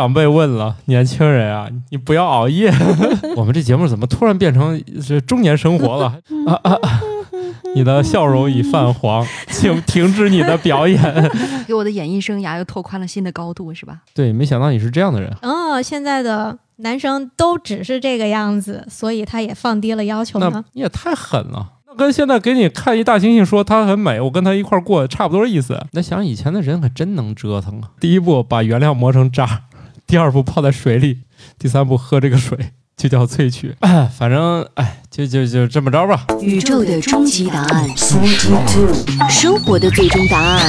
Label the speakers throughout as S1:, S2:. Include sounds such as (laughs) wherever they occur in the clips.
S1: 长辈问了，年轻人啊，你不要熬夜。 (laughs) 我们这节目怎么突然变成这中年生活了？啊啊啊！ (laughs) 你的笑容已泛黄，请停止你的表演。 (laughs)
S2: 给我的演艺生涯又拓宽了新的高度，是吧？
S1: 对，没想到你是这样的人。
S3: 嗯，现在的男生都只是这个样子，所以他也放低了要求
S1: 那
S3: 吗？
S1: 你也太狠了。那跟现在给你看一大猩猩说它很美，我跟它一块儿过差不多意思。那想以前的人可真能折腾啊！第一步把原料磨成渣，第二步泡在水里，第三步喝这个水就叫萃取。反正哎，就就就这么着吧。
S4: 宇宙的终极答案，生活的最终答案。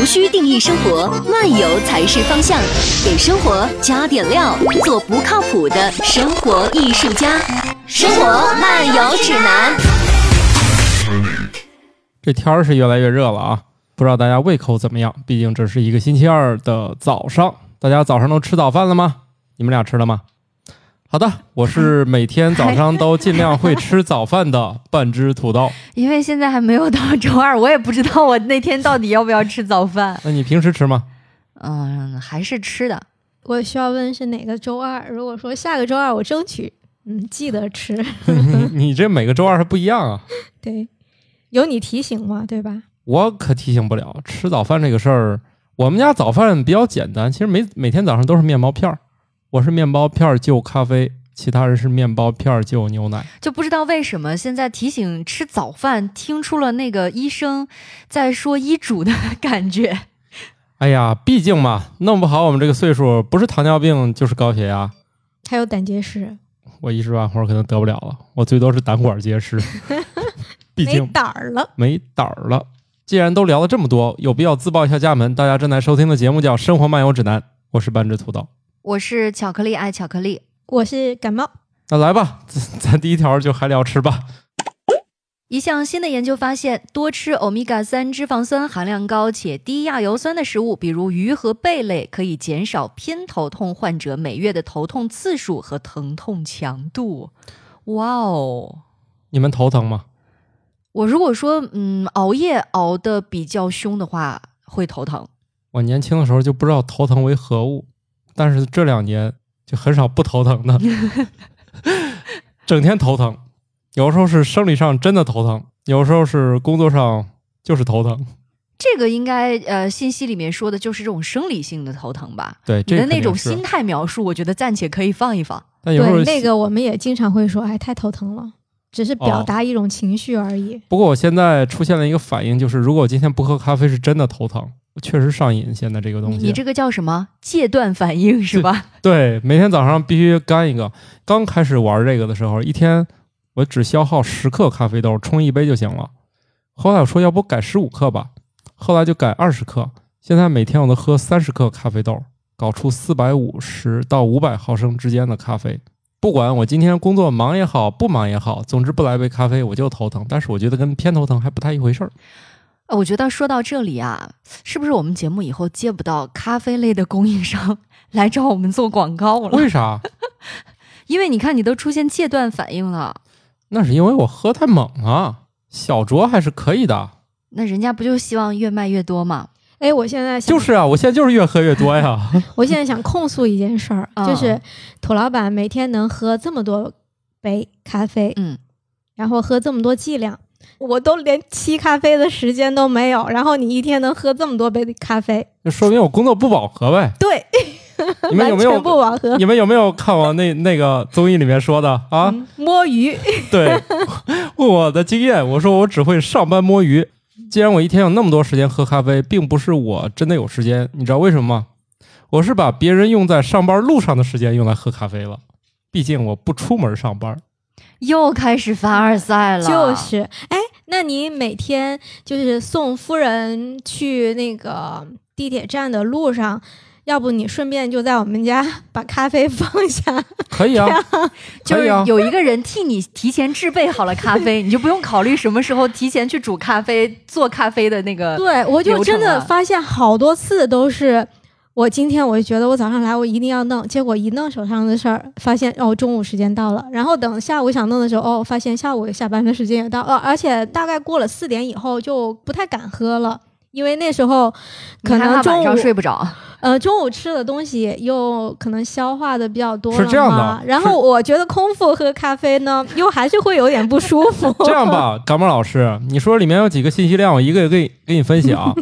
S4: 无需定义生活，漫游才是方向。给生活加点料，做不靠谱的生活艺术家。生活漫游指南。
S1: 这天儿是越来越热了啊，不知道大家胃口怎么样？毕竟这是一个星期二的早上，大家早上都吃早饭了吗？你们俩吃了吗？好的，我是每天早上都尽量会吃早饭的半只土豆。
S2: 因为现在还没有到周二，我也不知道我那天到底要不要吃早饭。
S1: 那你平时吃吗？
S2: 嗯，还是吃的。
S3: 我需要问是哪个周二？如果说下个周二，我争取嗯记得吃。 (laughs)
S1: 你你这每个周二还不一样啊！
S3: 对，有你提醒嘛，对吧？
S1: 我可提醒不了吃早饭这个事儿。我们家早饭比较简单，其实每每天早上都是面包片儿，我是面包片儿就咖啡，其他人是面包片儿就牛奶。
S2: 就不知道为什么现在提醒吃早饭，听出了那个医生在说医嘱的 (laughs) 感觉。
S1: 哎呀，毕竟嘛，弄不好我们这个岁数，不是糖尿病就是高血压。
S3: 还有胆结石，
S1: 我一时半会儿可能得不了了，我最多是胆管结石，毕
S3: 没
S1: 竟
S3: 胆儿了。
S1: 没胆儿了。既然都聊了这么多，有必要自报一下家门。大家正在收听的节目叫《生活漫游指南》，我是半只土豆。
S2: 我是巧克力爱巧克力。
S3: 我是感冒，
S1: 那来吧，咱咱第一条就还聊吃吧。
S2: 一项新的研究发现，多吃欧米伽三脂肪酸含量高且低亚油酸的食物，比如鱼和贝类，可以减少偏头痛患者每月的头痛次数和疼痛强度。哇哦！
S1: 你们头疼吗？
S2: 我如果说嗯熬夜熬得比较凶的话，会头疼。
S1: 我年轻的时候就不知道头疼为何物，但是这两年就很少不头疼
S2: (laughs)
S1: 的，整天头疼，有时候是生理上真的头疼，有时候是工作上就是头疼。
S2: 这个应该呃信息里面说的就是这种生理性的头疼吧？
S1: 对，
S2: 你
S1: 这
S2: 的
S1: 肯定
S2: 那种
S1: 是
S2: 心，态描述，我觉得暂且可以放一放。
S1: 但有时候
S3: 对那个我们也经常会说，哎，太头疼了，只是表
S1: 哦
S3: 达一种情绪而已。
S1: 不过我现在出现了一个反应，就是如果我今天不喝咖啡，是真的头疼，我确实上瘾。现在这个东
S2: 你
S1: 西，
S2: 你这个叫什么戒断反应是吧？
S1: 对，每天早上必须干一个。刚开始玩这个的时候，一天我只消耗十克咖啡豆，冲一杯就行了。后来我说要不改十五克吧，后来就改二十克。现在每天我都喝三十克咖啡豆，搞出四百五十到五百毫升之间的咖啡。不管我今天工作忙也好，不忙也好，总之不来杯咖啡我就头疼。但是我觉得跟偏头疼还不太一回事儿。
S2: 呃我觉得说到这里啊，是不是我们节目以后接不到咖啡类的供应商 (laughs) 来找我们做广告了？
S1: 为啥？
S2: 因为你看，你都出现戒断反应了，
S1: 那是因为我喝太猛了。小酌还是可以的，
S2: 那人家不就希望越卖越多吗？
S3: 哎，我现在想
S1: 就是啊，我现在就是越喝越多呀。
S3: 我现在想控诉一件事儿，
S2: 嗯
S3: 就是土老板每天能喝这么多杯咖啡，
S2: 嗯，
S3: 然后喝这么多剂量，我都连沏咖啡的时间都没有，然后你一天能喝这么多杯咖啡，
S1: 那说明我工作不饱和呗。
S3: 对，
S1: 你们有
S3: (laughs) 完
S1: 没
S3: 全不
S1: 有？
S3: 饱和。
S1: 你们有没有看我那那个综艺里面说的啊？
S3: 嗯摸鱼，
S1: 对， (laughs) 问我的经验，我说我只会上班摸鱼。既然我一天有那么多时间喝咖啡，并不是我真的有时间，你知道为什么吗？我是把别人用在上班路上的时间用来喝咖啡了。毕竟我不出门上班，
S2: 又开始凡尔赛了，
S3: 就是哎，那你每天就是送夫人去那个地铁站的路上，要不你顺便就在我们家 (laughs) 把咖啡放下，
S1: 可以啊，
S3: (laughs)
S2: 就
S1: 可
S2: 是
S1: 以啊。
S2: 有一个人替你提前制备好了咖啡，你就不用考虑什么时候提前去煮咖啡、做咖啡的那个。
S3: 对，我就
S2: 流
S3: 真
S2: 程啊
S3: 的
S2: 了
S3: 发现好多次都是，我今天我就觉得我早上来我一定要弄，结果一弄手上的事儿，发现哦中午时间到了，然后等下午想弄的时候，哦发现下午下班的时间也到了，而且大概过了四点以后就不太敢喝了。因为那时候
S2: 你
S3: 可
S2: 害怕
S3: 能中
S2: 晚
S3: 午
S2: 上睡不着，。
S3: 呃中午吃的东西又可能消化的比较多了
S1: 是这样的
S3: 嘛
S1: 是
S3: 然后我觉得空腹喝咖啡呢，又还是会有点不舒
S1: (laughs)
S3: 服。 (laughs)
S1: 这样吧，感冒老师，你说里面有几个信息量，我一个一个给你给你分析
S3: (laughs)
S1: 啊。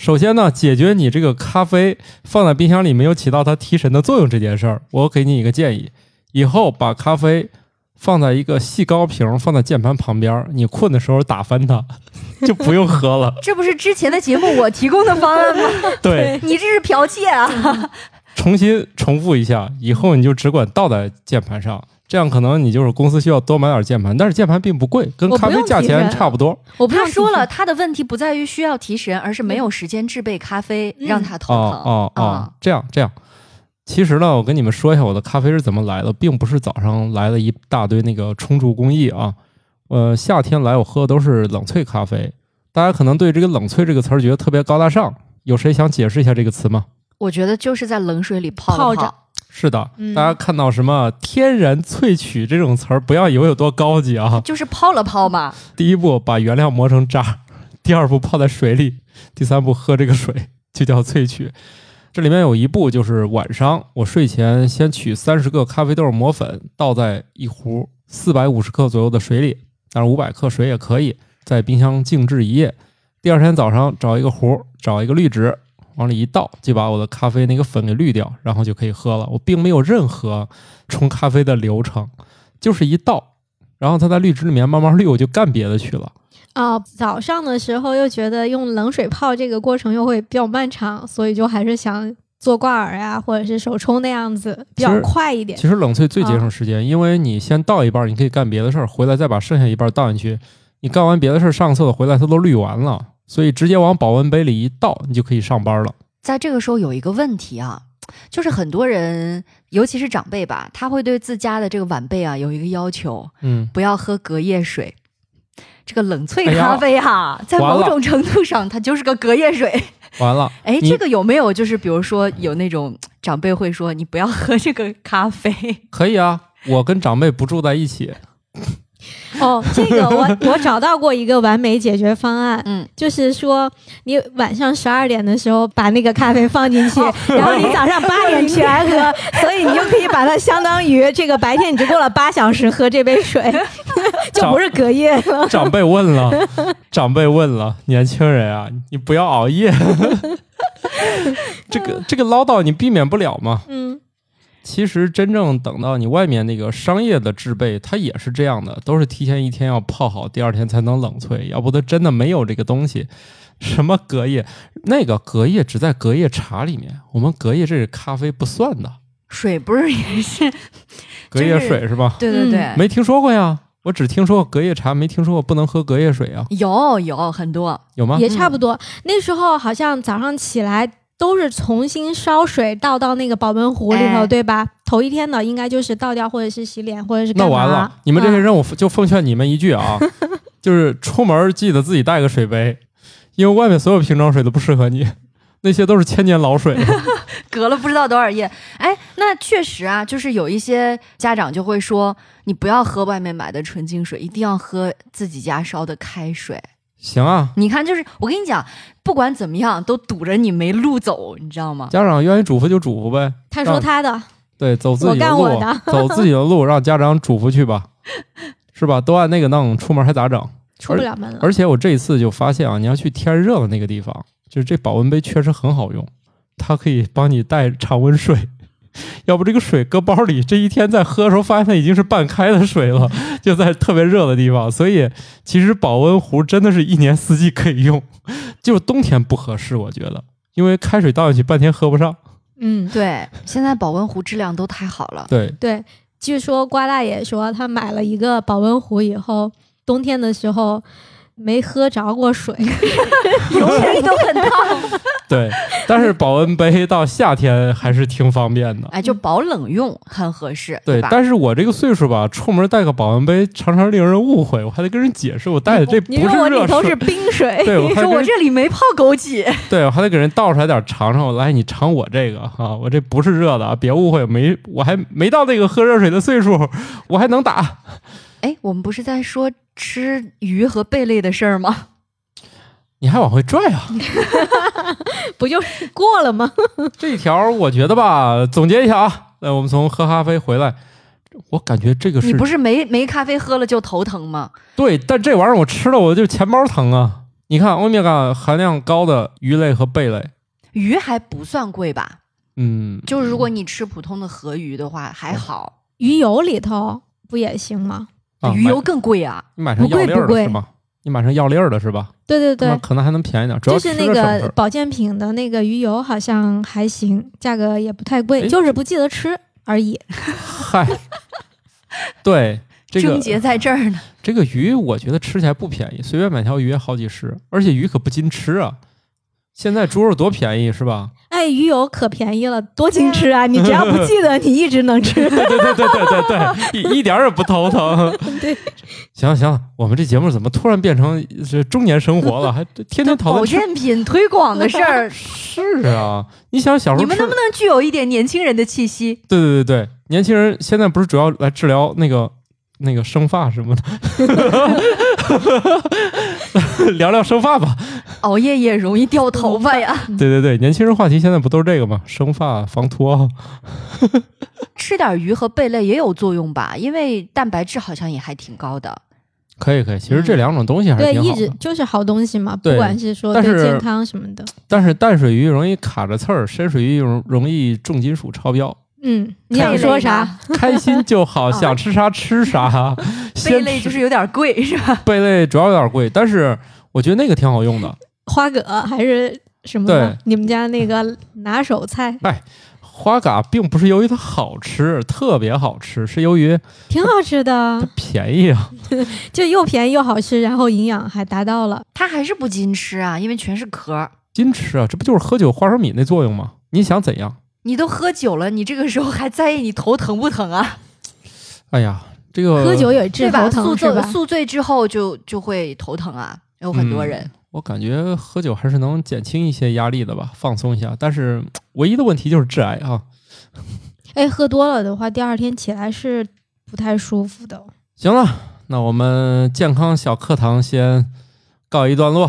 S1: 首先呢，解决你这个咖啡放在冰箱里没有起到它提神的作用这件事儿，我给你一个建议：以后把咖啡放在一个细高瓶，放在键盘旁边儿，你困的时候打翻它， (laughs) 就不用喝了
S3: (laughs)
S2: 这不是之前的节目我提供的方案吗？ (laughs)
S1: 对，
S2: 你这是剽窃啊！
S1: 重新重复一下，以后你就只管倒在键盘上，这样可能你就是公司需要多买点键盘，但是键盘并不贵，跟
S3: 我不
S1: 咖啡
S3: 用
S1: 价
S3: 提
S1: 钱
S3: 神
S1: 差不多。
S3: 我不
S2: 他
S3: 用
S2: 说
S3: 提
S2: 了，他的问题不在于需要提神，而是没有时间制备咖啡，
S3: 嗯
S2: 让他头疼。
S1: 哦哦哦
S2: 啊，
S1: 这样这样。其实呢，我跟你们说一下我的咖啡是怎么来的，并不是早上来了一大堆那个冲煮工艺啊。呃，夏天来我喝的都是冷萃咖啡，大家可能对这个冷萃这个词儿觉得特别高大上，有谁想解释一下这个词吗？
S2: 我觉得就是在冷水里泡
S3: 泡
S2: 了
S3: 着
S1: 是的，
S3: 嗯
S1: 大家看到什么天然萃取这种词儿，不要以为有多高级啊。
S2: 就是泡了泡嘛。
S1: 第一步把原料磨成渣儿，第二步泡在水里，第三步喝这个水，就叫萃取。这里面有一步就是晚上我睡前先取三十个咖啡豆磨粉，倒在一壶四百五十克左右的水里，当然五百克水也可以，在冰箱静置一夜。第二天早上找一个壶，找一个滤纸，往里一倒，就把我的咖啡那个粉给滤掉，然后就可以喝了。我并没有任何冲咖啡的流程，就是一倒，然后它在滤纸里面慢慢滤，我就干别的去了。
S3: 啊、早上的时候又觉得用冷水泡这个过程又会比较漫长，所以就还是想做挂耳呀、或者是手冲那样子，
S1: 其
S3: 比较
S1: 实
S3: 快一点
S1: 其。实冷萃最节省时间，因为你先倒一半，你可以干别的事儿，回来再把剩下一半倒进去。你干完别的事儿，上个厕所回来它都滤完了，所以直接往保温杯里一倒，你就可以上班了。
S2: 在这个时候有一个问题啊，就是很多人，尤其是长辈吧，他会对自家的这个晚辈啊有一个要求，
S1: 嗯，
S2: 不要喝隔夜水。这个冷萃
S1: 哎呀
S2: 咖啡哈、啊在
S1: 完
S2: 某
S1: 了
S2: 种程度上它就是个隔夜水。
S1: 完了，
S2: 哎，
S1: 你
S2: 这个有没有就是比如说有那种长辈会说你不要喝这个咖啡？
S1: 可以啊。我跟长辈不住在一起，
S3: 哦，这个我我找到过一个完美解决方案，
S2: 嗯，
S3: 就是说你晚上十二点的时候把那个咖啡放进去，
S1: 哦
S3: 然后你早上
S1: (laughs)
S3: 八点全喝，所以你就可以把它相当于这个白天你只过了八小时喝这杯水， (laughs) 就不是隔夜了。
S1: 长辈问了，长辈问了，年轻人啊，你不要熬夜，这个这个唠叨你避免不了嘛。
S3: 嗯，
S1: 其实真正等到你外面那个商业的制备，它也是这样的，都是提前一天要泡好，第二天才能冷萃，要不它真的没有这个东西。什么隔夜？那个隔夜只在隔夜茶里面，我们隔夜这是咖啡不算的，
S2: 水不是也是？
S1: 隔夜水是吧？
S2: 对对对，
S1: 没听说过呀，我只听说过隔夜茶，没听说过不能喝隔夜水啊，
S2: 有有很多，
S1: 有吗？
S3: 也差不多。那时候好像早上起来都是重新烧水倒到那个保温壶里头，
S2: 哎
S3: 对吧？头一天呢，应该就是倒掉，或者是洗脸，或者是
S1: 那
S3: 干嘛
S1: 完了，你们这些
S3: 嗯
S1: 任务就奉劝你们一句
S3: (laughs)
S1: 啊，就是出门记得自己带个水杯，因为外面所有瓶装水都不适合你，那些都是千年老水了。
S2: 隔了不知道多少页。哎，那确实啊，就是有一些家长就会说，你不要喝外面买的纯净水，一定要喝自己家烧的开水。
S1: 行啊，
S2: 你看，就是我跟你讲，不管怎么样，都堵着你没路走，你知道吗？
S1: 家长愿意嘱咐就嘱咐呗，
S3: 他说他的，
S1: 对，走自己的
S3: 我干
S1: 路
S3: 我的，
S1: (laughs) 走自己的路，让家长嘱咐去吧，是吧？都按那个弄，出门还咋整？
S3: 出不了门了。
S1: 而且我这一次就发现啊，你要去天热的那个地方，就是这保温杯确实很好用，它可以帮你带常温水。 (laughs) 要不这个水搁包里，这一天在喝的时候发现它已经是半开的水了，就在特别热的地方。所以其实保温壶真的是一年四季可以用， (laughs) 就是冬天不合适，我觉得，因为开水倒进去半天喝不上。
S3: 嗯，
S2: 对，现在保温壶质量都太好
S1: (laughs)
S2: 了。
S1: 对，
S3: 对。据说瓜大爷说他买了一个保温壶以后，冬天的时候没喝着过水， (laughs)
S2: 永远都很烫。
S1: 对，但是保温杯到夏天还是挺方便的。
S2: (laughs) 哎，就保冷用很合适，
S1: 对，
S2: 吧？
S1: 但是我这个岁数吧，出门带个保温杯常常令人误会，我还得跟人解释我带的这不
S3: 你说我
S1: 是
S3: 里
S1: 热
S3: 头是
S1: 水，
S3: 冰水，
S1: (laughs) 对，我
S2: (laughs) 你
S1: 还
S2: 说
S1: 跟
S2: 我
S1: 人
S2: 这里没泡枸杞，
S1: 对我还得给人倒出来点尝尝，我来你尝我这个哈、啊，我这不是热的啊，别误会，没我还没到那个喝热水的岁数，我还能打。
S2: 哎，我们不是在说吃鱼和贝类的事儿吗？
S1: 你还往回拽啊？
S3: 不就是过了吗？ (laughs)
S1: 这一条我觉得吧，总结一下啊，那我们从喝咖啡回来，我感觉这个
S2: 你
S1: 是
S2: 不是没没咖啡喝了就头疼吗？
S1: 对，但这玩意儿我吃了我就钱包疼啊！你看欧米伽含量高的鱼类和贝类，
S2: 鱼还不算贵吧？
S1: 嗯，
S2: 就是如果你吃普通的河鱼的话还好，
S3: 鱼油里头不也行吗？
S1: 啊
S2: 鱼
S1: 买
S2: 油更贵哦啊。
S1: 你买成药粒儿
S3: 不贵
S1: 的
S3: 不
S1: 是
S3: 贵
S1: 吗？你买成药粒儿的是吧？
S3: 对对
S1: 那
S3: 对，
S1: 可能还能便宜点，主要
S3: 就是
S1: 吃
S3: 那
S1: 着省事
S3: 个
S1: 儿
S3: 保健品的那个鱼油，好像还行，价格也不太贵，
S1: 哎
S3: 就是不记得吃而已。 (laughs)
S1: 嗨，对这个
S2: 症结在这儿呢，
S1: 这个鱼，我觉得吃起来不便宜，随便买条鱼也好几十，而且鱼可不禁吃啊。现在猪肉多便宜是吧？
S3: 哎，鱼油可便宜了，多斤吃啊！你只要不记得，你一直能
S1: (laughs)
S3: 吃。
S1: 对对对对对对对，一一点儿也不头疼。
S3: 对，
S1: 行了行了，我们这节目怎么突然变成这中年生活了？还天天讨
S2: 保
S1: 论吃，
S2: 健品推广 (laughs) 的事儿
S1: 是啊？你想小时
S2: 你
S1: 候
S2: 们
S1: 吃
S2: 能不能具有一点年轻人的气息？
S1: 对对对对，年轻人现在不是主要来治疗那个那个生发什么的，聊聊生发吧。
S2: 熬夜也容易掉头发 (laughs) 呀，
S1: 对对对，年轻人话题现在不都是这个吗？生发、防脱。
S2: 吃点鱼和贝类也有作用吧？因为蛋白质好像也还挺高的。
S1: 可以可以，其实这两种东西还是
S3: 对，
S1: 挺好
S3: 一
S1: 的。
S3: 直就是好东西嘛，不
S1: 对
S3: 管是说
S1: 但
S3: 对
S1: 是
S3: 健康什么的。
S1: 但是淡水鱼容易卡着刺儿，深水鱼容容易重金属超标。
S3: 嗯，你
S1: 看
S3: 想
S1: 着
S3: 说啥？
S1: 开心就好，想吃啥吃啥。
S2: 贝
S1: 先
S2: 类
S1: 吃
S2: (laughs) 就是有点贵，是吧？
S1: 贝类主要有点贵，但是我觉得那个挺好用的。
S3: 花蛤还是什么
S1: 对
S3: 吗？你们家那个拿手菜
S1: 花蛤并不是由于它好吃，特别好吃，是由于
S3: 挺好吃
S1: 它
S3: 的，
S1: 便宜啊。
S3: 就又便宜又好吃，然后营养还达到了。
S2: 它还是不禁吃啊，因为全是壳儿。
S1: 矜持啊，这不就是喝酒花生米那作用吗？你想怎样？
S2: 你都喝酒了，你这个时候还在意你头疼不疼啊？
S1: 哎呀，这个
S3: 喝酒，也
S2: 对
S3: 治
S2: 吧？宿
S3: 头疼是
S2: 醉
S3: 吧？
S2: 宿醉之后就就会头疼啊，有很
S1: 嗯
S2: 多人。 (laughs)
S1: 我感觉喝酒还是能减轻一些压力的吧，放松一下。但是嘖唯一的问题就是致癌啊。
S3: 哎，喝多了的话，第二天起来是不太舒服的。
S1: 行了，那我们健康小课堂先告一段落。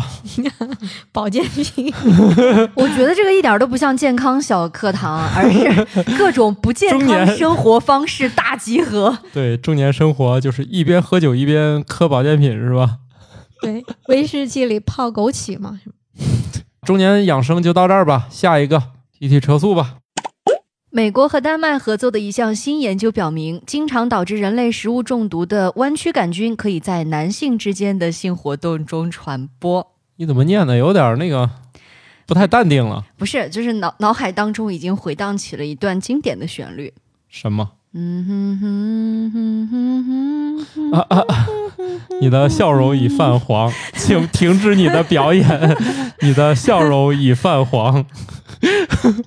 S3: 保健品
S2: 我觉得这个一点都不像健康小课堂，而
S1: (laughs)
S2: 是各种不健
S1: 中
S2: 康
S1: 年
S2: 生活方式大集合。
S1: 对，中年生活就是一边喝酒一边嗑保健品是吧？
S3: (laughs) 对，威士忌里泡枸杞嘛，
S1: 中年养生就到这儿吧，下一个提提车速吧。
S2: 美国和丹麦合作的一项新研究表明，经常导致人类食物中毒的弯曲杆菌可以在男性之间的性活动中传播。
S1: 你怎么念的有点那个不太淡定了？
S2: 不是，就是脑脑海当中已经回荡起了一段经典的旋律。
S1: 什么？ (laughs)
S2: 嗯哼哼嗯哼哼哼
S1: (laughs)
S2: 哼。
S1: 你的笑容已泛黄，请停止你的表演。你的笑容已泛黄。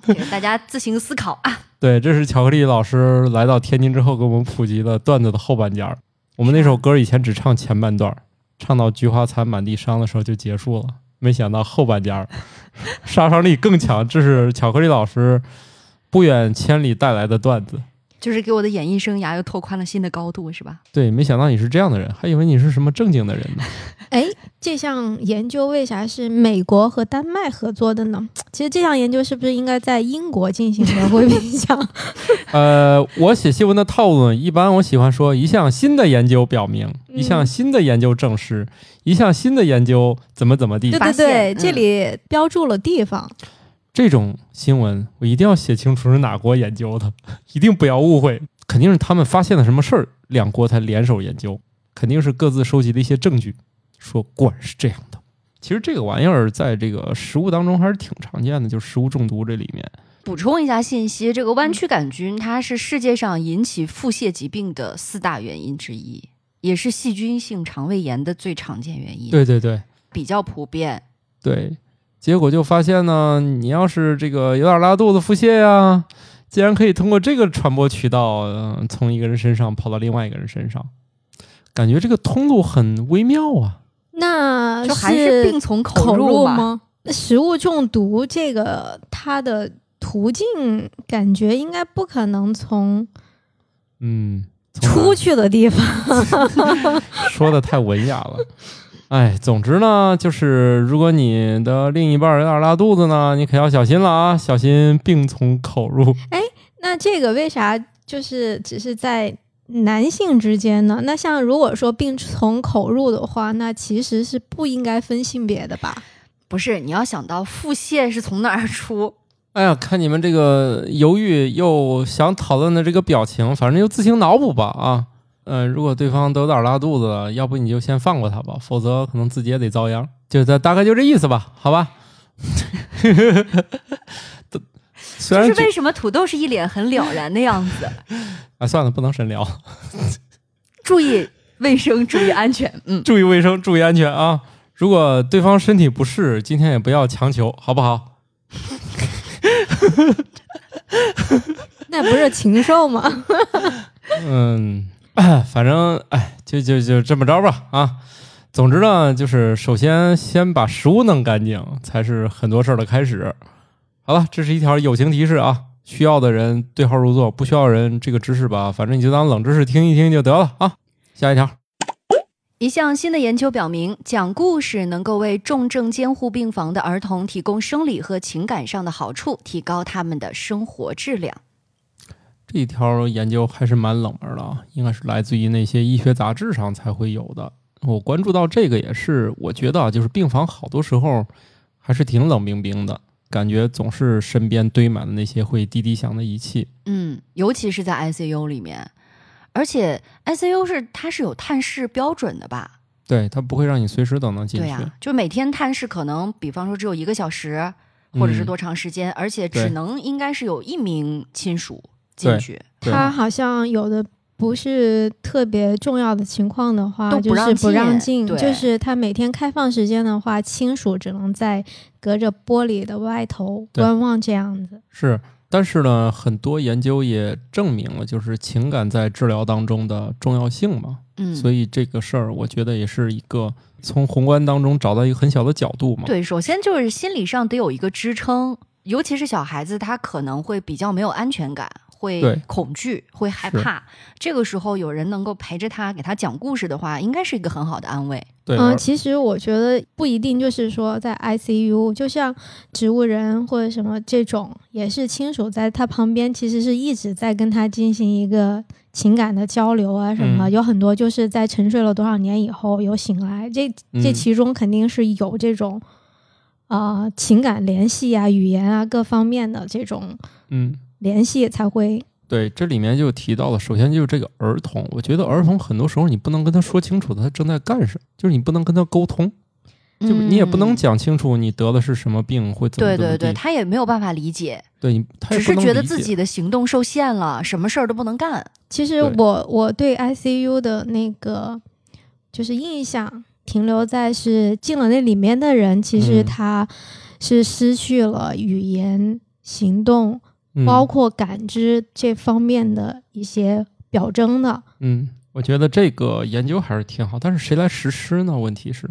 S2: 给大家自行思考啊。
S1: 对，这是巧克力老师来到天津之后给我们普及的段子的后半截儿。我们那首歌以前只唱前半段儿，唱到菊花残满地伤的时候就结束了，没想到后半截儿杀伤力更强。这是巧克力老师不远千里带来的段子。
S2: 就是给我的演艺生涯又拓宽了新的高度，是吧？
S1: 对，没想到你是这样的人，还以为你是什么正经的人呢。
S3: 哎，这项研究为啥是美国和丹麦合作的呢？其实这项研究是不是应该在英国进行的会比较？
S2: (laughs)
S1: 呃，我写新闻的套路呢，一般我喜欢说一项新的研究表明，一项新的研究证实，一项新的研究怎么怎么地
S3: 对。
S2: 发
S3: 对对，
S2: 现嗯
S3: 这里标注了地方。
S1: 这种新闻我一定要写清楚是哪国研究的， (laughs) 一定不要误会，肯定是他们发现了什么事儿，两国才联手研究，肯定是各自收集的一些证据，说果然是这样的。其实这个玩意儿在这个食物当中还是挺常见的，就是食物中毒这里面。
S2: 补充一下信息，这个弯曲杆菌它是世界上引起腹泻疾病的四大原因之一，也是细菌性肠胃炎的最常见原因，
S1: 对对对，
S2: 比较普遍。
S1: 对，结果就发现呢，你要是这个有点拉肚子、腹泻呀、竟然可以通过这个传播渠道，嗯、从一个人身上跑到另外一个人身上，感觉这个通路很微妙啊。
S3: 那
S2: 就还是病从
S3: 口
S2: 入嘛？
S3: 吗？那食物中毒这个它的途径，感觉应该不可能从
S1: 嗯，从哪 (laughs)
S3: 出去的地方。
S1: 说的太文雅了。哎，总之呢，就是如果你的另一半有点拉肚子呢，你可要小心了啊，小心病从口入。
S3: 那这个为啥就是只是在男性之间呢？那像如果说病从口入的话，那其实是不应该分性别的吧？
S2: 不是，你要想到腹泻是从哪儿出，
S1: 哎呀，看你们这个犹豫又想讨论的这个表情，反正就自行脑补吧啊。嗯、如果对方都有点拉肚子了，要不你就先放过他吧，否则可能自己也得遭殃。就大大概就这意思吧，好吧。 (laughs) 虽
S2: 就
S1: 然
S2: 是
S1: 觉
S2: 为什么土豆是一脸很了然的样 (laughs) 子？
S1: 啊，算了，不能深聊，
S2: 注意卫生，注意安全。
S1: (laughs)
S2: 嗯，
S1: 注意卫生，注意安全啊。如果对方身体不适，今天也不要强求，好不好？
S3: 那不是禽
S2: (laughs)
S3: 兽吗？
S1: 嗯， (coughs) 反正哎，就就就这么着吧啊。总之呢，就是首先先把食物弄干净，才是很多事儿的开始。好了，这是一条友情提示啊，需要的人对号入座，不需要人这个知识吧，反正你就当冷知识听一听就得了啊。下一条，
S2: 一项新的研究表明，讲故事能够为重症监护病房的儿童提供生理和情感上的好处，提高他们的生活质量。
S1: 这一条研究还是蛮冷门的啊，应该是来自于那些医学杂志上才会有的。我关注到这个也是，我觉得啊，就是病房好多时候还是挺冷冰冰的，感觉总是身边堆满了那些会滴滴响的仪器。
S2: 嗯，尤其是在 ICU 里面，而且 ICU 是它是有探视标准的吧？
S1: 对，它不会让你随时都能进
S2: 对
S1: 去。
S2: 呀、就每天探视可能，比方说只有一个小时，或者是
S1: 嗯
S2: 多长时间，而且只
S1: 对
S2: 能应该是有一名亲属
S1: 对
S2: 进去，
S1: 对
S3: 他好像有的不是特别重要的情况的话，
S2: 都不
S3: 就是
S2: 让
S3: 不让
S2: 进
S3: 进，
S2: 对
S3: 就是他每天开放时间的话，亲属只能在隔着玻璃的外头
S1: 对
S3: 观望这样子。
S1: 是，但是呢，很多研究也证明了，就是情感在治疗当中的重要性嘛。
S2: 嗯，
S1: 所以这个事儿，我觉得也是一个从宏观当中找到一个很小的角度嘛。
S2: 对，首先就是心理上得有一个支撑，尤其是小孩子，他可能会比较没有安全感，会
S1: 对
S2: 恐惧，会害
S1: 是
S2: 怕。这个时候有人能够陪着他，给他讲故事的话，应该是一个很好的安慰。
S1: 对，
S3: 嗯，
S1: 而
S3: 其实我觉得不一定，就是说在 ICU，就像植物人或者什么这种，也是亲属在他旁边，其实是一直在跟他进行一个情感的交流啊什么。
S1: 嗯
S3: 有很多就是在沉睡了多少年以后有醒来，这这
S1: 嗯
S3: 其中肯定是有这种。啊、情感联系啊，语言啊，各方面的这种
S1: 嗯。
S3: 联系才会
S1: 对，这里面就提到了，首先就是这个儿童，我觉得儿童很多时候你不能跟他说清楚他正在干什么，就是你不能跟他沟通，就你也不能
S2: 嗯。
S1: 讲清楚你得的是什么病，会怎么
S2: 对
S1: 怎么地。
S2: 对对，他也没有办法理解，
S1: 对你他
S2: 只
S1: 也不
S2: 是
S1: 能
S2: 觉得
S1: 理
S2: 自
S1: 解
S2: 己的行动受限了，什么事儿都不能干。
S3: 其实
S1: 对
S3: 我我对 ICU 的那个就是印象停留在是进了那里面的人，其实
S1: 嗯
S3: 他是失去了语言、行动，
S1: 嗯
S3: 包括感知这方面的一些表征的。
S1: 嗯嗯，我觉得这个研究还是挺好，但是谁来实施呢？问题是，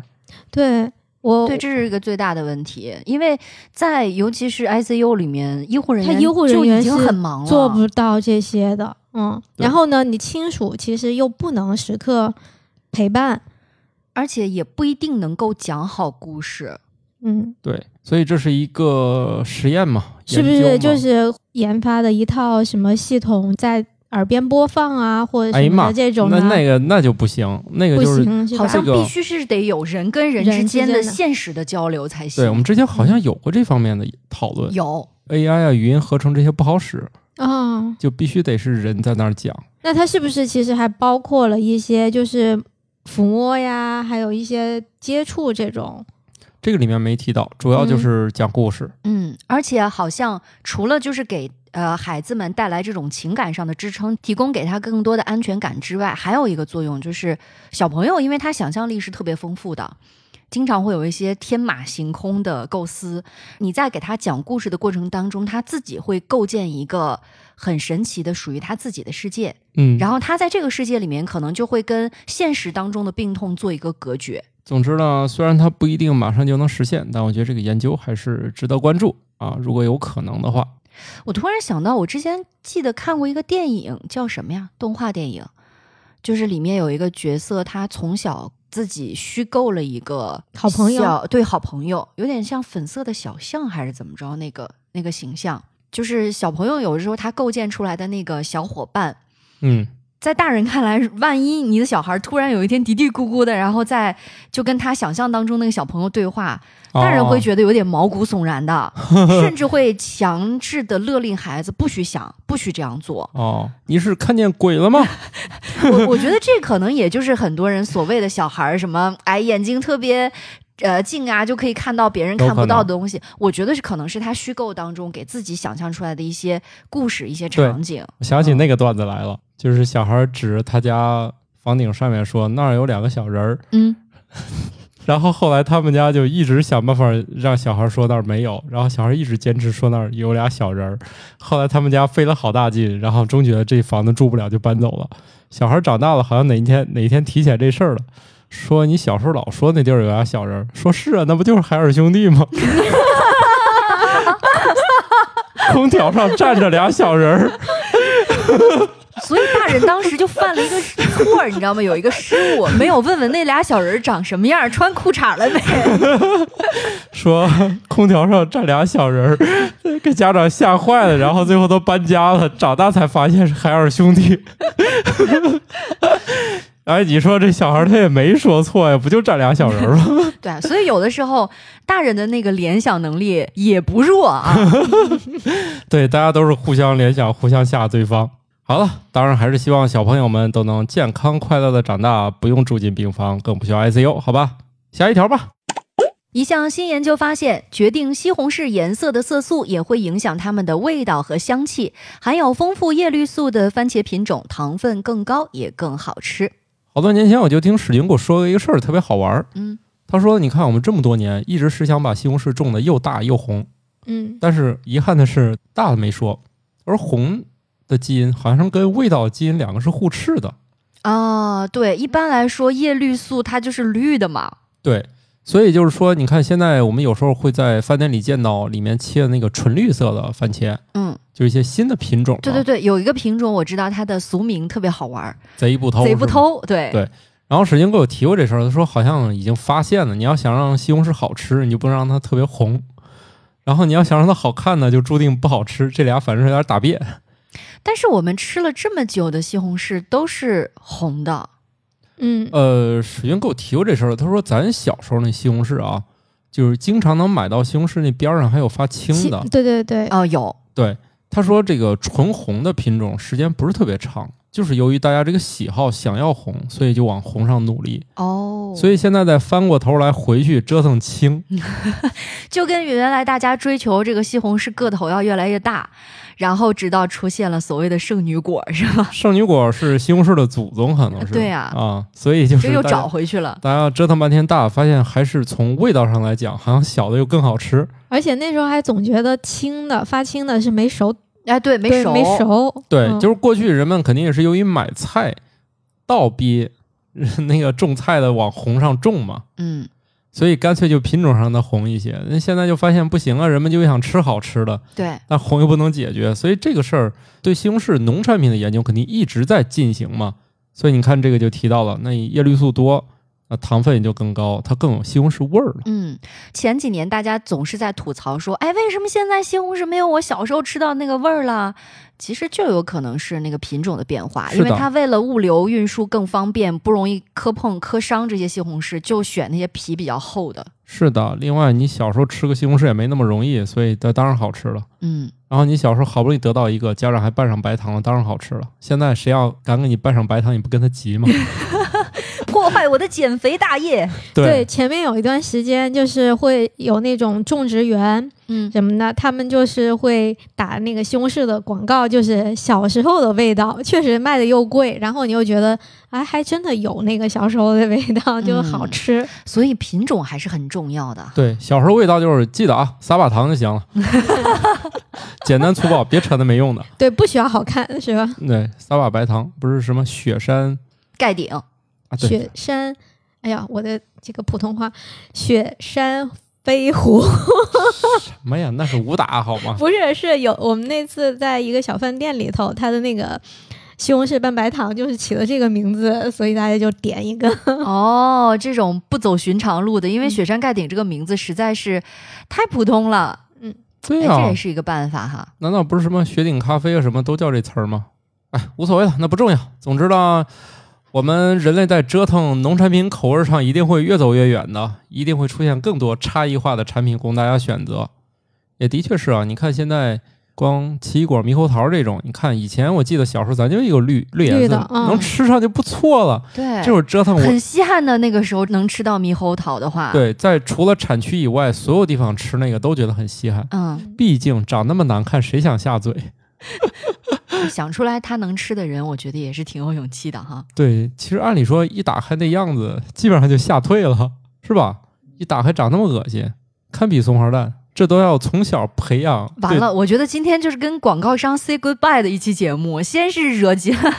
S3: 对我，
S1: 哦
S2: 对，这是一个最大的问题，因为在尤其是 ICU 里面，医护人
S3: 他
S2: 员
S3: 医护人
S2: 就已
S3: 员
S2: 经
S3: 是
S2: 很忙了，
S3: 做不到这些的。嗯，
S1: 对
S3: 然后呢，你亲属其实又不能时刻陪伴。
S2: 而且也不一定能够讲好故事。
S3: 嗯，
S1: 对，所以这是一个实验嘛，
S3: 是不
S1: 研究
S3: 是
S1: 嘛
S3: 就是研发的一套什么系统在耳边播放啊，或者
S1: 哎呀
S3: 什么
S1: 妈，
S3: 的这种
S1: 那
S3: 的？
S1: 那个那就不行，那个
S3: 不
S1: 就是
S3: 行，是吧
S2: 好像
S1: 这个
S2: 必须是得有人跟人之
S3: 人之
S2: 间
S3: 间
S2: 的
S3: 的
S2: 现实的交流才行。
S1: 对我们之前好像有过这方面的讨论
S2: 有，
S1: ，AI 啊、语音合成这些不好使，
S3: 哦，
S1: 就必须得是人在那儿讲。
S3: 那它是不是其实还包括了一些就是抚摸呀，还有一些接触这种？
S1: 这个里面没提到，主要就是讲故事。
S2: 嗯，而且好像除了就是给呃孩子们带来这种情感上的支撑，提供给他更多的安全感之外，还有一个作用就是小朋友，因为他想象力是特别丰富的。经常会有一些天马行空的构思，你在给他讲故事的过程当中，他自己会构建一个很神奇的属于他自己的世界。
S1: 嗯，
S2: 然后他在这个世界里面，可能就会跟现实当中的病痛做一个隔绝。
S1: 总之呢，虽然它不一定马上就能实现，但我觉得这个研究还是值得关注啊。如果有可能的话，
S2: 我突然想到，我之前记得看过一个电影，叫什么呀？动画电影，就是里面有一个角色，他从小自己虚构了一个
S3: 好朋友
S2: 小，对好朋友，有点像粉色的小象还是怎么着那个那个形象，就是小朋友有的时候他构建出来的那个小伙伴，
S1: 嗯，
S2: 在大人看来，万一你的小孩突然有一天嘀嘀咕咕的，然后再就跟他想象当中那个小朋友对话，大人会
S1: 得
S2: 觉得有点毛骨悚然 (laughs) 的，甚至会强制的勒令孩子不许想，不许这样做。
S1: 哦，你是看见鬼 (laughs) 了吗？
S2: 我我觉得这可能也就是很多人所谓的小孩儿什么，哎，眼睛特别。呃，近啊，就可以看到别人看不到的东西。我觉得是可能是他虚构当中给自己想象出来的一些故事、一些
S1: 对
S2: 场景。
S1: 我想起那个段子来了，就是小孩指他家房顶上面说那儿有两个小人儿，
S2: 嗯，
S1: 然后后来他们家就一直想办法让小孩说那儿没有，然后小孩一直坚持说那儿有俩小人儿。后来他们家费了好大劲，然后终觉得这房子住不了，就搬走了。小孩长大了，好像哪一天哪一天提起来这事儿了，说你小时候老说那地儿有俩小人儿，说是啊，那不就是海尔兄弟吗？空调上站着俩小人儿，
S2: 所以大人当时就犯了一个错儿，你知道吗？有一个失误，没有问问那俩小人儿长什么样儿，穿裤衩了没？
S1: 说空调上站俩小人儿， (laughs) 给家长吓坏了，然后最后都搬家了，长大才发现是海尔兄弟。 (laughs) 哎，你说这小孩儿他也没说错呀，不就站俩小人儿吗？ (laughs)
S2: 对啊，所以有的时候大人的那个联想能力也不弱啊。 (laughs)
S1: 对，大家都是互相联想，互相吓对方。好了，当然还是希望小朋友们都能健康快乐的长大，不用住进病房，更不需要 ICU，好吧？下一条吧。
S2: 一项新研究发现，决定西红柿颜色的色素也会影响它们的味道和香气。含有丰富叶绿素的番茄品种，糖分更高，也更好吃。
S1: 好多年前我就听史林给我说过一个事儿，特别好玩儿。
S2: 嗯，
S1: 他说：“你看，我们这么多年一直是想把西红柿种的又大又红，
S3: 嗯，
S1: 但是遗憾的是，大的没说，而红的基因好像跟味道基因两个是互斥的。
S2: 啊、对，一般来说叶绿素它就是绿的嘛。
S1: 对，所以就是说，你看现在我们有时候会在饭店里见到里面切的那个纯绿色的番茄，
S2: 嗯，
S1: 就一些新的品种、啊，
S2: 对对，对，有一个品种我知道它的俗名特别好玩儿，
S1: 贼不偷，
S2: 贼不
S1: 是吗。
S2: 偷，对
S1: 对然后史金给我提过这事儿，他说好像已经发现了，你要想让西红柿好吃，你就不能让它特别红。然后你要想让它好看呢，就注定不好吃，这俩反正有点打别。
S2: 但是我们吃了这么久的西红柿都是红的，
S3: 嗯，
S1: 呃，史云给我提过这事儿，他说咱小时候那西红柿啊，就是经常能买到西红柿那边儿上还有发青的
S3: 其。对对对，
S2: 哦、有，
S1: 对，他说这个纯红的品种时间不是特别长，就是由于大家这个喜好想要红，所以就往红上努力，
S2: 哦，
S1: 所
S2: 以
S1: 以现在再翻过头来回去折腾
S2: (laughs)
S1: 青。
S2: 就跟原来大家追求这个西红柿个头要越来越大，然后直到出现了所谓的圣女果，是
S1: (laughs)
S2: 吧？
S1: 圣女果是西红柿的祖宗，可能是
S2: (laughs) 对
S1: 啊
S2: 啊
S1: 所以就是
S2: 就又
S1: 大家
S2: 找回去了。
S1: 大家折腾半天大，发现还是从味道上来讲，好像小的又更好吃。
S3: 而且那时候还总觉得青的发青的是没熟，
S2: 哎，对，没
S3: 对
S2: 熟，
S3: 没熟，
S1: 对，
S3: 嗯
S1: 就是过去人们肯定也是由于买菜倒逼 (laughs) 那个种菜的往红上种嘛，
S2: 嗯，
S1: 所以干脆就品种上的红一些。那现在就发现不行啊，人们就想吃好吃的，
S2: 对，
S1: 但红又不能解决，所以这个事儿对西红柿农产品的研究肯定一直在进行嘛。所以你看这个就提到了，那叶绿素多，那糖分也就更高，它更有西红柿味儿了。
S2: 嗯，前几年大家总是在吐槽说，哎，为什么现在西红柿没有我小时候吃到那个味儿了？其实就有可能是那个品种的变化，
S1: 是
S2: 因
S1: 的
S2: 为它为了物流运输更方便，不容易磕碰磕伤这些西红柿，就选那些皮比较厚的。
S1: 是的，另外你小时候吃个西红柿也没那么容易，所以它当然好吃了。
S2: 嗯，
S1: 然后你小时候好不容易得到一个，家长还拌上白糖了，当然好吃了。现在谁要敢给你拌上白糖，你不跟他急吗？
S2: (laughs) 破坏我的减肥大业。
S1: 对，
S3: 前面有一段时间就是会有那种种植园
S2: 嗯，
S3: 什么的，他们就是会打那个西红柿的广告，就是小时候的味道， (laughs) 确实卖的又贵，然后你又觉得哎，还真的有那个小时候的味道，就好吃。
S2: 所以品种还是很重要的。
S1: 对小时候味道就是记得啊，撒把糖就
S2: (laughs)
S1: 行了，简单粗暴，别掺那没用的。
S3: 对，不需要好看是吧？
S1: 对，撒把白糖不是什么雪山
S2: 盖顶，
S1: 啊，对，
S3: 雪山，哎呀，我的这个普通话，雪山飞狐。 (laughs)
S1: 什么呀？那
S2: 哎
S1: 是武打好吗？
S3: 不是，是有我们那次在一个小饭店里头，它的那个西红柿拌白糖就是起了这个名字，所以大家就点一个。
S2: 哦，这种不走寻常路的，因为雪山盖顶这个名字实在是太普通了，
S1: 对哦
S2: 哎，
S1: 呀、
S2: 这也是一个办法哈。
S1: 难道不是什么雪顶咖啡啊什么都叫这词儿吗？哎，无所谓了，那不重要。总之呢，我们人类在折腾农产品口味上一定会越走越远的，一定会出现更多差异化的产品供大家选择。也的确是啊，你看现在光奇异果、猕猴桃这种，你看以前我记得小时候咱就有绿绿颜
S3: 绿
S1: 色
S3: 的嗯
S1: 能吃上就不错了。
S2: 对，
S1: 这会儿折腾我
S2: 很稀罕的那个时候能吃到猕猴桃的话，，
S1: 对，在除了产区以外，所有地方吃那个都觉得很稀罕。
S2: 嗯，
S1: 毕竟长那么难看，谁想下嘴？
S2: 想出来他能吃的人，我觉得也是挺有勇气的哈。
S1: 对，其实按理说一打开那样子，基本上就吓退了，是吧？一打开长那么恶心，堪比松花蛋，这都要从小培养。
S2: 完了，我觉得今天就是跟广告商 say goodbye 的一期节目。先是惹急了 (laughs)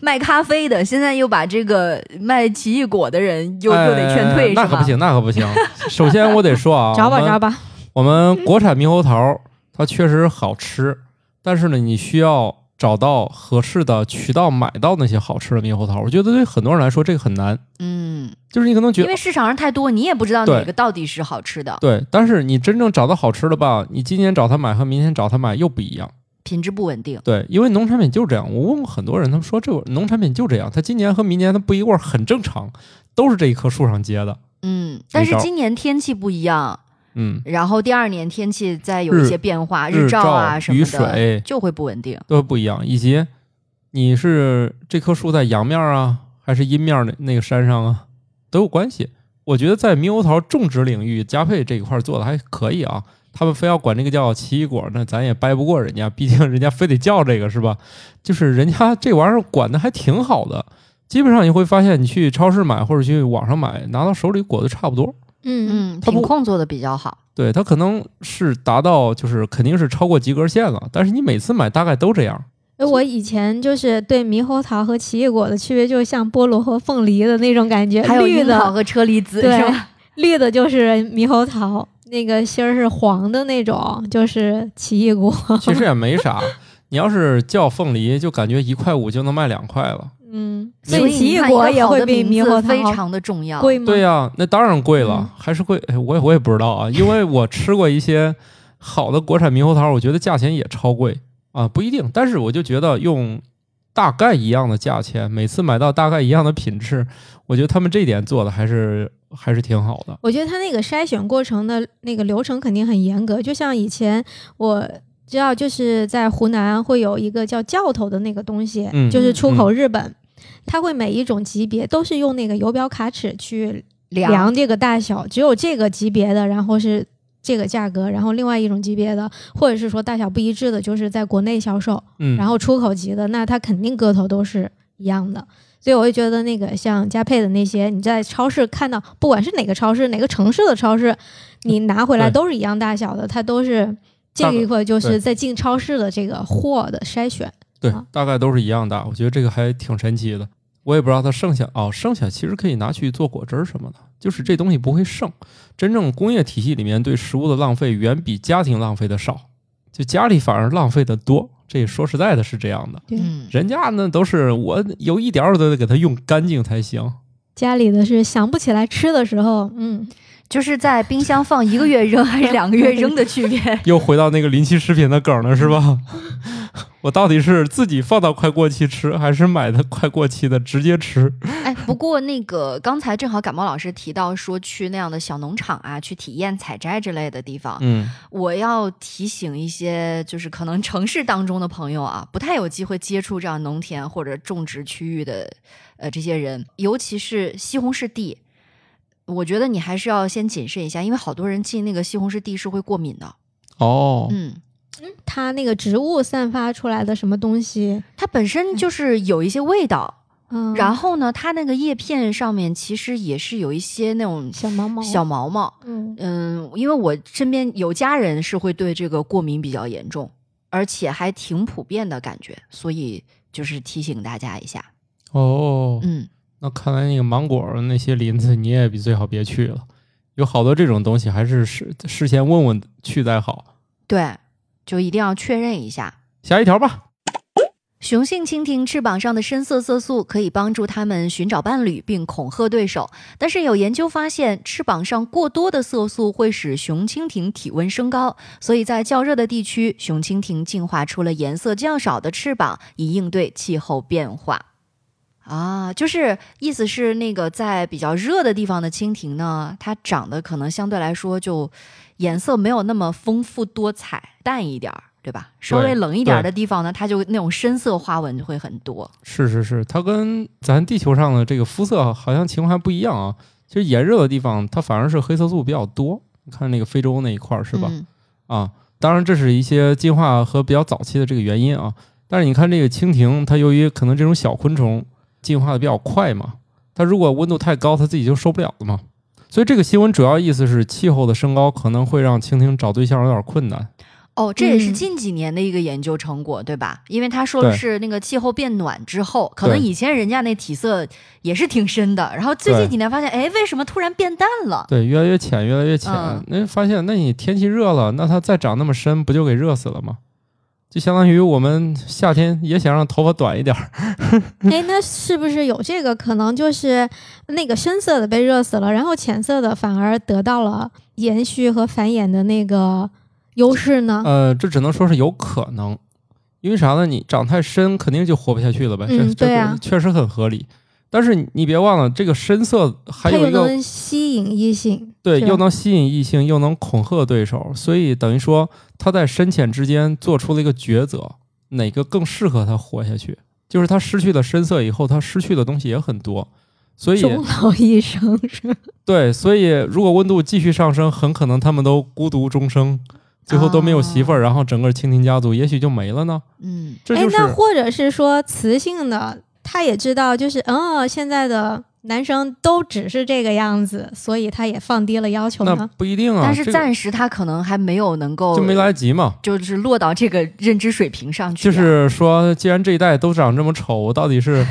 S2: 卖咖啡的，现在又把这个卖奇异果的人
S1: 对，
S2: 又、又得劝退，
S1: 哎
S2: 是
S1: 那可
S2: 吧
S1: 不？行，那可不行。
S2: (laughs)
S1: 首先我得说啊，
S3: 找吧
S1: 我们
S3: 找吧，
S1: 我们国产猕猴桃它确实好吃，但是呢，你需要找到合适的渠道买到那些好吃的猕猴桃。我觉得对很多人来说这个很难，
S2: 嗯，
S1: 就是你可能觉
S2: 因
S1: 得
S2: 为市场上太多，你也不知道
S1: 对
S2: 哪个到底是好吃的，
S1: 对，但是你真正找到好吃的吧，你今年找他买和明天找他买又不一样。
S2: 品质不稳定。
S1: 对，因为农产品就这样。我问过很多人，他们说这农产品就这样，它今年和明年它不一味儿，很正常，都是这一棵树上结的。
S2: 嗯，但是
S1: 招
S2: 今年天气不一样，
S1: 嗯，
S2: 然后第二年天气再有一些变化，
S1: 日
S2: 照啊什
S1: 雨
S2: 么的，
S1: 水
S2: 就会不稳定。
S1: 都不一样，以及你是这棵树在阳面儿啊，还是阴面儿那那个山上啊，都有关系。我觉得在猕猴桃种植领域，佳沛这一块儿做的还可以啊。他们非要管这个叫奇异果，那咱也掰不过人家，毕竟人家非得叫这个是吧？就是人家这玩意儿管的还挺好的，基本上你会发现，你去超市买或者去网上买，拿到手里果子差不多。
S3: 嗯嗯，
S2: 嗯，
S1: 它不
S2: 品控做的比较好。
S1: 对，它可能是达到，就是肯定是超过及格线了，但是你每次买大概都这样。
S3: 哎我以前就是对猕猴桃和奇异果的区别，就像菠萝和凤梨的那种感觉，
S2: 还有
S3: 绿
S2: 樱桃
S3: 的
S2: 和车厘子，
S3: 对
S2: 是吧？
S3: 绿的就是猕猴桃，那个芯儿是黄的那种，就是奇异果。
S1: 其实也没啥。你要是叫凤梨，就感觉一块五就能卖两块了。
S3: 嗯，
S2: (laughs) 所以
S3: 奇
S2: 你
S3: 异
S2: 看
S3: 果
S2: 一个
S3: 也
S2: 好
S3: 会
S2: 的
S3: 比猕
S2: 名
S3: 猴
S2: 字非
S3: 桃
S2: 常的重要。
S3: 贵吗？
S1: 对啊呀、那当然贵了，
S3: 嗯
S1: 还是贵。哎我也我也不知道啊，因为我吃过一些好的国产猕猴桃，我觉得价钱也超贵啊，不一定。但是我就觉得用大概一样的价钱，每次买到大概一样的品质，我觉得他们这一点做的还是还是挺好的。
S3: 我觉得他那个筛选过程的那个流程肯定很严格，就像以前我知道，就是在湖南会有一个叫教头的那个东西，
S1: 嗯
S3: 就是出口日本，它会每一种级别都是用那个游标卡尺去
S2: 凉嗯
S3: 量这个大小，只有这个级别的，然后是。这个价格，然后另外一种级别的，或者是说大小不一致的，就是在国内销售，
S1: 嗯，
S3: 然后出口级的，那它肯定个头都是一样的。所以我就觉得那个像佳沛的那些，你在超市看到，不管是哪个超市、哪个城市的超市，你拿回来
S1: 对
S3: 都是一样大小的，它都是这
S1: 大概
S3: 一块就
S1: 对
S3: 是在进超市的这个货的筛选。
S1: 对
S3: 啊，
S1: 大概都是一样大。我觉得这个还挺神奇的。我也不知道它剩下哦，剩下其实可以拿去做果汁儿什么的，就是这东西不会剩。真正工业体系里面对食物的浪费远比家庭浪费的少，就家里反而浪费的多。这说实在的是这样的，
S3: 对
S2: 嗯，
S1: 人家那都是我有一点儿我都得给它用干净才行。。
S3: 家里的是想不起来吃的时候，嗯，
S2: 就是在冰箱放一个月扔还是两个月扔的区别
S1: 又回到那个临期食品的梗了，是吧？我到底是自己放到快过期吃，还是买的快过期的直接吃？
S2: (laughs) 哎，不过那个刚才正好感冒老师提到说去那样的小农场啊，去体验采摘之类的地方，
S1: 嗯，
S2: 我要提醒一些就是可能城市当中的朋友啊，不太有机会接触这样农田或者种植区域的呃这些人，尤其是西红柿地，我觉得你还是要先谨慎一下，因为好多人进那个西红柿地是会过敏的。
S1: 哦，
S2: 嗯，
S3: 它那个植物散发出来的什么东西，
S2: 它本身就是有一些味道，
S3: 嗯，
S2: 然后呢，它那个叶片上面其实也是有一些那种
S3: 小毛毛，
S2: 小毛毛。
S3: 嗯，
S2: 嗯，因为我身边有家人是会对这个过敏比较严重，而且还挺普遍的感觉，所以就是提醒大家一下。
S1: 哦，
S2: 嗯，
S1: 那看来那个芒果儿那些林子，你也比最好别去了。有好多这种东西，还是事事先问问去再好。
S2: 对，就一定要确认一下。
S1: 下一条吧。
S2: 雄性蜻蜓翅膀上的深色色素可以帮助它们寻找伴侣并恐吓对手，但是有研究发现，翅膀上过多的色素会使雄蜻蜓体温升高，所以在较热的地区，雄蜻蜓进化出了颜色较少的翅膀，以应对气候变化。啊，就是意思是那个在比较热的地方的蜻蜓呢，它长得可能相对来说就颜色没有那么丰富多彩，淡一点儿，对吧？稍微冷一点儿的地方呢，它就那种深色花纹就会很多。
S1: 是是是，它跟咱地球上的这个肤色好像情况还不一样啊。其实炎热的地方，它反而是黑色素比较多。你看那个非洲那一块儿是吧？
S2: 嗯
S1: 啊，当然这是一些进化和比较早期的这个原因啊。但是你看这个蜻蜓，它由于可能这种小昆虫进化的比较快嘛，它如果温度太高，它自己就受不了了嘛。所以这个新闻主要意思是，气候的升高可能会让蜻蜓找对象有点困难。
S2: 哦，这也是
S3: 嗯
S2: 近几年的一个研究成果，对吧？因为他说的
S1: 对
S2: 是那个气候变暖之后，可能
S1: 对
S2: 以前人家那体色也是挺深的，然后最
S1: 对
S2: 近几年发现，哎，为什么突然变淡了？
S1: 对，越来越浅，越来越浅。
S2: 嗯
S1: 那、发现，那你天气热了，那它再长那么深，不就给热死了吗？就相当于我们夏天也想让头发短一点儿，
S3: 哎，那是不是有这个可能？就是那个深色的被热死了，然后浅色的反而得到了延续和繁衍的那个优势呢？
S1: 呃，这只能说是有可能，因为啥呢？你长太深，肯定就活不下去了呗。
S3: 嗯
S1: 这这
S3: 对
S1: 个
S3: 啊
S1: 确实很合理。但是你你别忘了，这个深色还
S3: 它
S1: 有
S3: 又
S1: 一个
S3: 能吸引异性，
S1: 对，
S3: 是
S1: 又能吸引异性，又能恐吓对手，所以等于说他在深浅之间做出了一个抉择，哪个更适合他活下去？就是他失去了深色以后，他失去的东西也很多，所以
S3: 终老一生是吧
S1: 对，所以如果温度继续上升，很可能他们都孤独终生，最后都没有媳
S3: 啊
S1: 妇儿，然后整个蜻蜓家族也许就没了呢。
S2: 嗯，
S1: (laughs) 这
S3: 哎
S1: 就，是
S3: 那或者是说雌性的，它也知道，就是嗯，现在的男生都只是这个样子，所以它也放低了要求
S1: 那
S3: 呢。 (laughs)
S1: 不一定啊，
S2: 但是
S1: 这个
S2: 暂时他可能还没有能够
S1: 就没来及嘛。
S2: 就是落到这个认知水平上去
S1: 就
S2: 啊、 (laughs)
S1: 是说，既然这一代都长这么丑，我到底是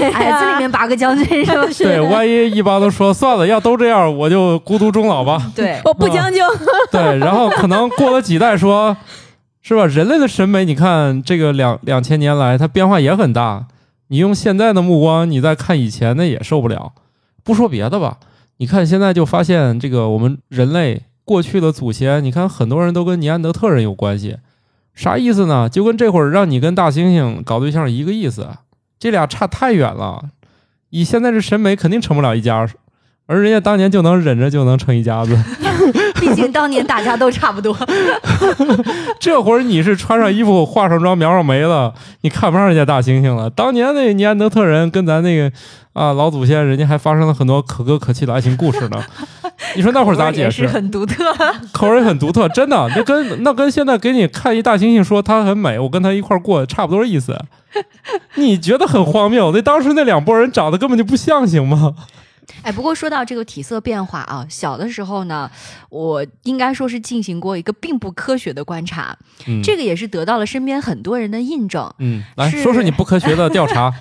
S2: 矮哎子里面拔个将军是吧？
S1: 对，万一一帮都说算了，要都这样，我就孤独终老吧。
S2: 对，
S1: (laughs)
S3: 我不将就，
S1: 啊对，然后可能过了几代说，是吧？人类的审美，你看这个两两千年来，它变化也很大。你用现在的目光，你再看以前的也受不了。不说别的吧，你看现在就发现这个我们人类过去的祖先，你看很多人都跟尼安德特人有关系，啥意思呢？就跟这会儿让你跟大猩猩搞对象一个意思，这俩差太远了。以现在这审美，肯定成不了一家，而人家当年就能忍着就能成一家子。
S2: 毕竟当年大家都差不
S1: (laughs)
S2: 多。
S1: 这会儿你是穿上衣服、化上妆、描上眉了，你看不上人家大猩猩了。当年那尼安德特人跟咱那个啊老祖先，人家还发生了很多可歌可泣的爱情故事 (laughs) 呢。你说那会儿咋解
S2: 也
S1: 释
S2: 是？很独特。
S1: 口味很独特，真的，那跟那跟现在给你看一大猩猩说它很美，我跟它一块儿过，差不多意思。你觉得很荒谬？那当时那两拨人长得根本就不像，行吗？
S2: 哎，不过说到这个体色变化啊，小的时候呢，我应该说是进行过一个并不科学的观察，
S1: 嗯，
S2: 这个也是得到了身边很多人的印证。
S1: 嗯，来
S2: 是
S1: 说说你不科学的调
S2: (laughs)
S1: 查。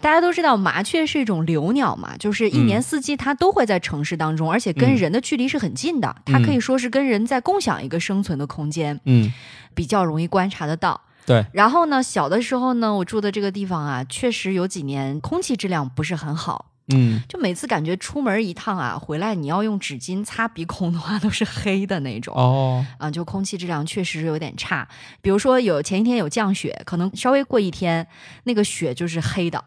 S2: 大家都知道，麻雀是一种留鸟嘛，就是一年四季它都会在城市当中，而且跟
S1: 嗯
S2: 人的距离是很近的，它可以说是跟人在共享一个生存的空间。
S1: 嗯，
S2: 比较容易观察得到。
S1: 对，
S2: 然后呢，小的时候呢，我住的这个地方啊，确实有几年空气质量不是很好，
S1: 嗯，
S2: 就每次感觉出门一趟啊，回来你要用纸巾擦鼻孔的话，都是黑的那种。
S1: 哦，
S2: 啊，就空气质量确实有点差。比如说有前一天有降雪，可能稍微过一天，那个雪就是黑的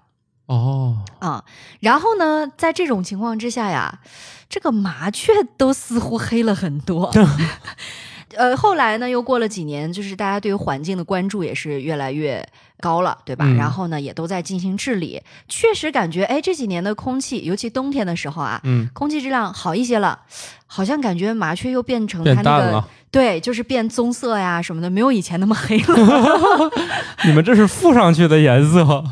S1: 哦，
S2: 啊。然后呢，在这种情况之下呀，这个麻雀都似乎黑了很
S1: (laughs)
S2: 多。呃，后来呢，又过了几年，就是大家对于环境的关注也是越来越高了，对吧？
S1: 嗯
S2: 然后呢，也都在进行治理。确实感觉，哎，这几年的空气，尤其冬天的时候啊，
S1: 嗯，
S2: 空气质量好一些了，好像感觉麻雀又变成
S1: 变
S2: 它那
S1: 淡
S2: 个
S1: 了。
S2: 对，就是变棕色呀什么的，没有以前那么黑了， (laughs)
S1: 你们这是附上去的颜色。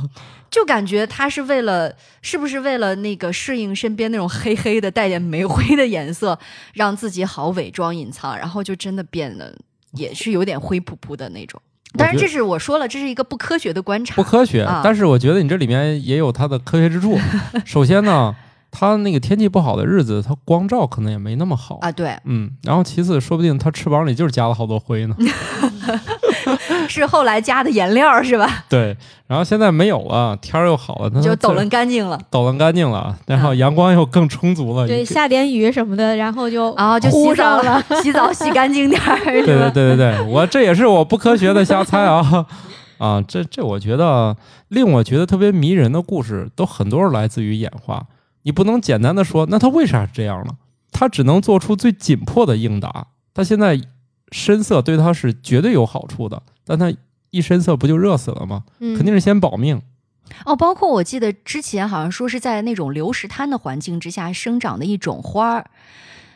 S2: 就感觉它是为了，是不是为了那个适应身边那种黑黑的、带点煤灰的颜色，让自己好伪装隐藏，然后就真的变得也是有点灰扑扑的那种。当然，
S1: 我觉
S2: 这
S1: 得
S2: 是我说了，这是一个不科学的观察。
S1: 不科学
S2: 啊，
S1: 但是我觉得你这里面也有它的科学之
S2: (laughs)
S1: 处。首先呢，它那个天气不好的日子，它光照可能也没那么好。
S2: 啊，对， (laughs)
S1: 嗯，然后其次，说不定它翅膀里就是加了好多灰呢。
S2: 是后来加的颜料是吧？
S1: 对，然后现在没有了，天儿又好了，它
S2: 就抖
S1: 自
S2: 楞干净了，
S1: 抖楞干净了，然后
S2: 嗯
S1: 阳光又更充足了。
S3: 对，
S1: 一个
S3: 下点雨什么的，然后就
S2: 然后就洗
S3: 糊
S2: 澡
S3: 上了。，
S2: 洗澡洗干净点儿，
S1: (laughs) 对
S2: 是
S1: 对
S2: 吧？
S1: 对对
S2: (laughs)
S1: 对，我这也是我不科学的瞎猜啊 (laughs) 啊，这这我觉得令我觉得特别迷人的故事，都很多是来自于演化。你不能简单的说，那他为啥是这样呢？他只能做出最紧迫的应答。他现在深色对他是绝对有好处的，但他一深色不就热死了吗？
S3: 嗯
S1: 肯定是先保命。
S2: 哦，包括我记得之前好像说是在那种流石滩的环境之下生长的一种花儿，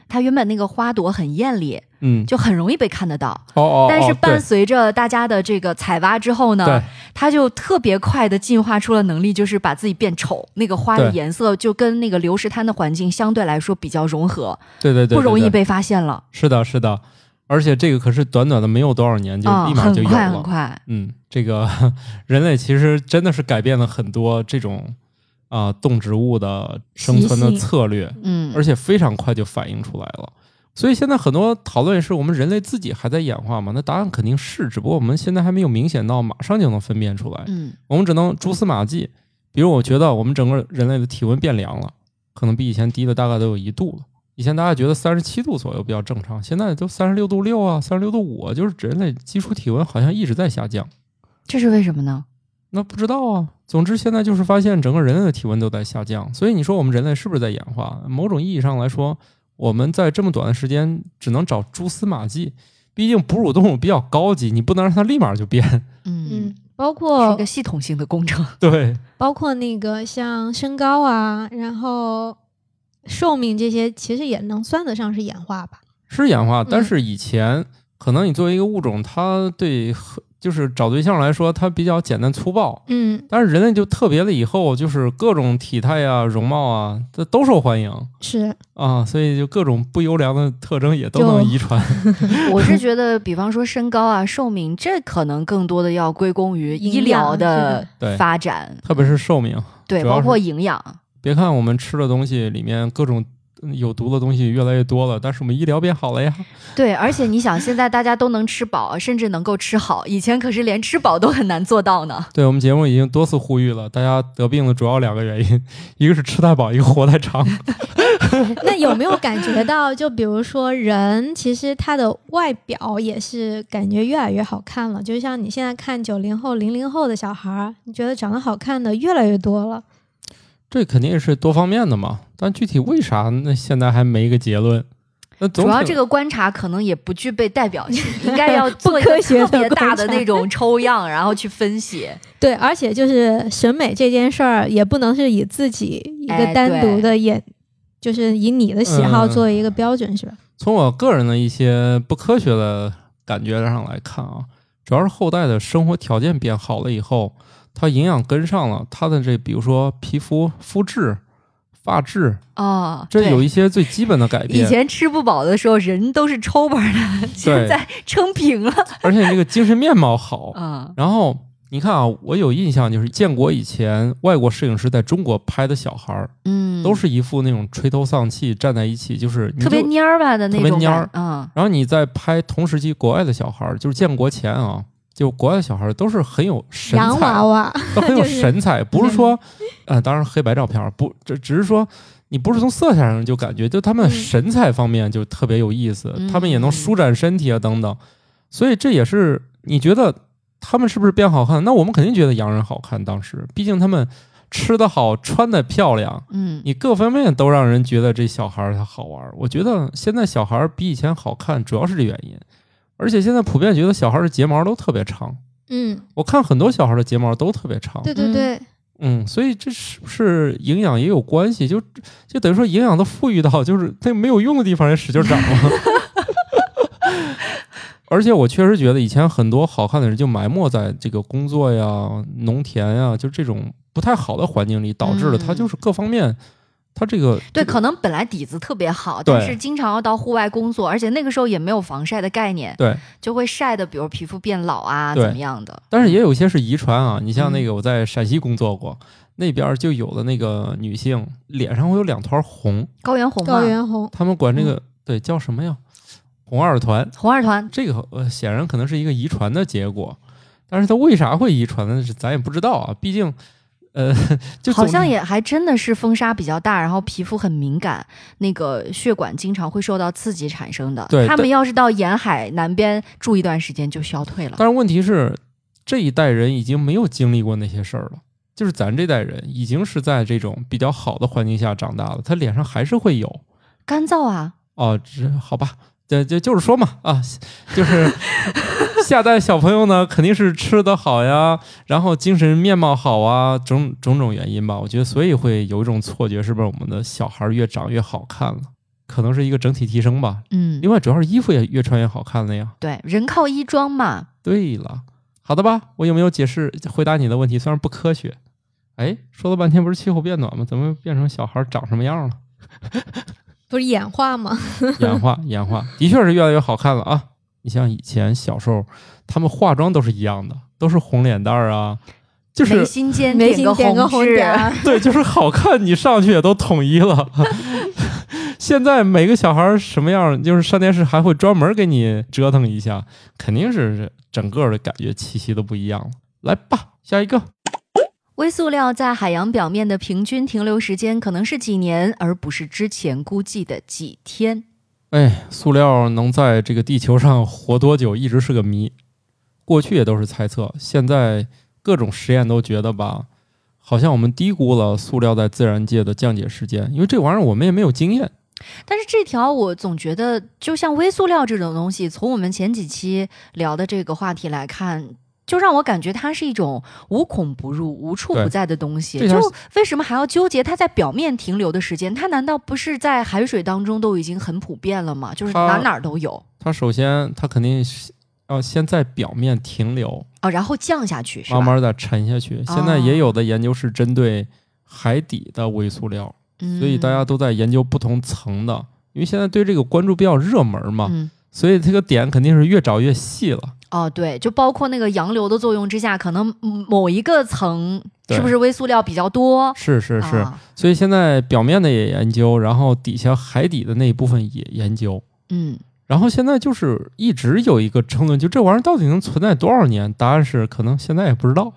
S2: 它原本那个花朵很艳丽，
S1: 嗯，
S2: 就很容易被看得到。
S1: 哦哦，
S2: 但是
S1: 哦
S2: 伴随着大家的这个采挖之后
S1: 对
S2: 呢
S1: 对，
S2: 它就特别快的进化出了能力，就是把自己变丑。那个花的
S1: 对
S2: 颜色就跟那个流石滩的环境相对来说比较融合，
S1: 对对对对，
S2: 不容易
S1: 对
S2: 被发现了
S1: 是的，是的，而且这个可是短短的没有多少年就
S2: 啊、
S1: 立马就
S2: 很
S1: 有
S2: 快
S1: 了。
S2: 很快。
S1: 嗯，这个 (laughs) 人类其实真的是改变了很多这种啊、动植物的生存的
S3: 习性
S1: 策略，
S2: 嗯
S1: 而且非常快就反映出来了。所以现在很多讨论是我们人类自己还在演化吗？那答案肯定是，只不过我们现在还没有明显到马上就能分辨出来。
S2: 嗯，
S1: 我们只能蛛丝马迹。比如，我觉得我们整个人类的体温变凉了，可能比以前低了大概都有一度了。以前大家觉得三十七度左右比较正常，现在都三十六度六啊，三十六度五，就是人类基础体温好像一直在下降。
S2: 这是为什么呢？
S1: 那不知道啊。总之，现在就是发现整个人类的体温都在下降，所以你说我们人类是不是在演化？某种意义上来说，我们在这么短的时间只能找蛛丝马迹。毕竟哺乳动物比较高级，你不能让它立马就变。 (laughs)
S2: 嗯
S3: 嗯，，包
S2: 是一
S3: 括
S2: 个系统性的工程。
S1: 对，
S3: 包括那个像身高啊，然后寿命这些，其实也能算得上是演化吧。
S1: 是演化，但
S3: 嗯
S1: 是以前、可能你作为一个物种，它对和就是找对象来说，它比较简单粗暴。
S3: 嗯，
S1: 但是人类就特别了，以后就是各种体态啊、容貌啊，这都受欢迎
S3: 是
S1: 啊，所以就各种不优良的特征也都
S3: 就
S1: 能遗传。 (laughs)
S2: (laughs) 我是觉得，比方说身高啊、寿命，这可能更多的要归功于医疗的
S1: 是的
S2: 发展，
S1: 特别是寿命，
S2: 对，
S1: 主要
S2: 包
S1: 是
S2: 括营养。
S1: 别看我们吃的东西里面各种嗯有毒的东西越来越多了，但是我们医疗变好了呀。
S2: 对，而且你想，现在大家都能吃饱，甚至能够吃好，以前可是连吃饱都很难做到呢。
S1: 对我们节目已经多次呼吁了，大家得病的主要两个原因， (laughs) 一个是吃太饱，一个活太长。
S3: 嗯那有没有感觉到，就比如说人，其实他的外表也是感觉越来越好看了。就像你现在看九零后、零零后的小孩儿，你觉得长得好看的越来越多了。
S1: (laughs) 这肯定是多方面的嘛，但具体为啥那现在还没一个结论。那总
S2: 主要
S1: 体
S2: 这个观察可能也不具备代表性，应该要做一
S3: (laughs) 不
S2: 个
S3: 科学
S2: 特
S3: 的
S2: 别大的
S3: 观察
S2: 那种抽样，然后去分
S3: (laughs)
S2: 析。
S3: 对，而且就是审美这件事儿，也不能是以自己一
S2: 哎
S3: 个单独的眼，就是以你的喜好
S1: 嗯
S3: 作为一个标准，是吧？
S1: 从我个人的一些不科学的感觉上来看啊，主要是后代的生活条件变好了以后，他营养跟上了，他的这比如说皮肤肤质、发质，
S2: 哦，
S1: 这
S2: 对
S1: 有一些最基本的改
S2: 以
S1: 变。
S2: 前吃不饱的时候，人都是抽巴的，现在撑平了。
S1: (laughs) (laughs) 而且这个精神面貌好，
S2: 嗯
S1: 然后你看啊，我有印象就是建国以前，外国摄影师在中国拍的小孩儿，
S2: 嗯，
S1: 都是一副那种垂头丧气站在一起，就是你
S2: 特别
S1: 就
S2: 蔫儿吧的那
S1: 特别
S2: 种
S1: 蔫儿
S2: 感，嗯。
S1: 然后你再拍同时期国外的小孩儿，就是建国前啊，就国外的小孩儿都是很有神
S3: 洋
S1: 采
S3: 娃，娃，
S1: (laughs) 都很有
S3: 就是嗯
S1: 神采，不是说，呃，当然黑白照片儿不，只只是说。你不是从色彩上就感觉，就他们
S3: 嗯
S1: 神采方面就特别有意思，
S2: 嗯
S1: 他们也能舒展身体啊等等，所以这也是你觉得他们是不是变好看？那我们肯定觉得洋人好看，当时毕竟他们吃得好，穿得漂亮，
S2: 嗯，
S1: 你各方面都让人觉得这小孩儿他好玩儿。我觉得现在小孩儿比以前好看，主要是这原因。而且现在普遍觉得小孩儿的睫毛都特别长，
S3: 嗯，
S1: 我看很多小孩儿的睫毛都特别长。
S3: 对对对，
S1: 嗯，所以这是不是营养也有关系？就就等于说营养都富裕到，就是那没有用的地方也使劲长了。 (laughs) 而且我确实觉得以前很多好看的人就埋没在这个工作呀、农田呀，就这种不太好的环境里，导致了他
S2: 嗯
S1: 就是各方面，他这个
S2: 对，
S1: 这个
S2: 可能本来底子特别好，
S1: 对
S2: 但是经常要到户外工作，而且那个时候也没有防晒的概念，
S1: 对，
S2: 就会晒的，比如皮肤变老啊，
S1: 对
S2: 怎么样的。
S1: 但是也有一些是遗传啊。你像
S2: 嗯
S1: 那个我在陕西工作过，那边儿就有的那个女性脸上会有两团红，
S2: 高原红嘛
S3: 高，原红，
S1: 他们管这个、
S2: 嗯
S1: 对叫什么呀？红二团。
S2: 红二团，
S1: 这个呃，显然可能是一个遗传的结果。但是它为啥会遗传呢？是咱也不知道啊，毕竟，呃， (laughs) 就
S2: 好
S1: 总
S2: 像也还真的是风沙比较大，然后皮肤很敏感，那个血管经常会受到刺激产生的。
S1: 对
S2: 他们
S1: 但
S2: 要是到沿海南边住一段时间就消退了。
S1: 但是问题是，这一代人已经没有经历过那些事儿了。就是咱这代人已经是在这种比较好的环境下长大了，他脸上还是会有
S2: 干燥啊，
S1: 哦，这好吧，这这就是说嘛啊，就是 (laughs) 下代小朋友呢，肯定是吃得好呀，然后精神面貌好啊，种种种原因吧。我觉得所以会有一种错觉，是不是我们的小孩越长越好看了？可能是一个整体提升吧。
S2: 嗯
S1: 另，外，主要是衣服也越穿越好看了呀。
S2: 对，人靠衣装嘛。
S1: 对了，好的吧，我有没有解释回答你的问题？虽然不科学，哎，说了半天不是气候变暖吗？怎么变成小孩长什么样了？
S3: 不是演化吗？
S1: (laughs) 演化，演化，的确是越来越好看了啊！你像以前小时候，他们化妆都是一样的，都是红脸蛋儿啊，就
S2: 眉
S1: 是
S2: 心间
S3: 眉心点个
S2: 个
S3: 红
S2: 痣啊
S3: 点儿，
S1: 对，就是好看，你上去也都统一了。 (laughs) 现在每个小孩儿什么样儿，就是上电视还会专门给你折腾一下，肯定是整个的感觉气息都不一样了。来吧，下一个。
S2: 微塑料在海洋表面的平均停留时间可能是几年，而不是之前估计的几天。
S1: 哎，塑料能在这个地球上活多久，一直是个谜。过去也都是猜测，现在各种实验都觉得吧，好像我们低估了塑料在自然界的降解时间，因为这玩意儿我们也没有经验。
S2: 但是这条我总觉得，就像微塑料这种东西，从我们前几期聊的这个话题来看，就让我感觉它是一种无孔不入、无处不
S1: 对
S2: 在的东西。
S1: 这条
S2: 就为什么还要纠结它在表面停留的时间？它难道不是在海水当中都已经很普遍了吗？就是
S1: 它
S2: 哪哪儿都有
S1: 它首先，它肯定是要先在表面停留，
S2: 啊、然后降下去是啊吧？
S1: 慢慢再沉下去。现在也有的研究是针对海底的微塑料，
S2: 嗯，
S1: 所以大家都在研究不同层的，因为现在对这个关注比较热门嘛，
S2: 嗯。
S1: 所以这个点肯定是越找越细了。
S2: 哦，对，就包括那个洋流的作用之下，可能嗯某一个层
S1: 对
S2: 是不是微塑料比较多？
S1: 是是是，
S2: 啊
S1: 所以现在表面的也研究，然后底下海底的那一部分也研究。
S2: 嗯，
S1: 然后现在就是一直有一个争论，就这玩意儿到底能存在多少年？答案是可能现在也不知道。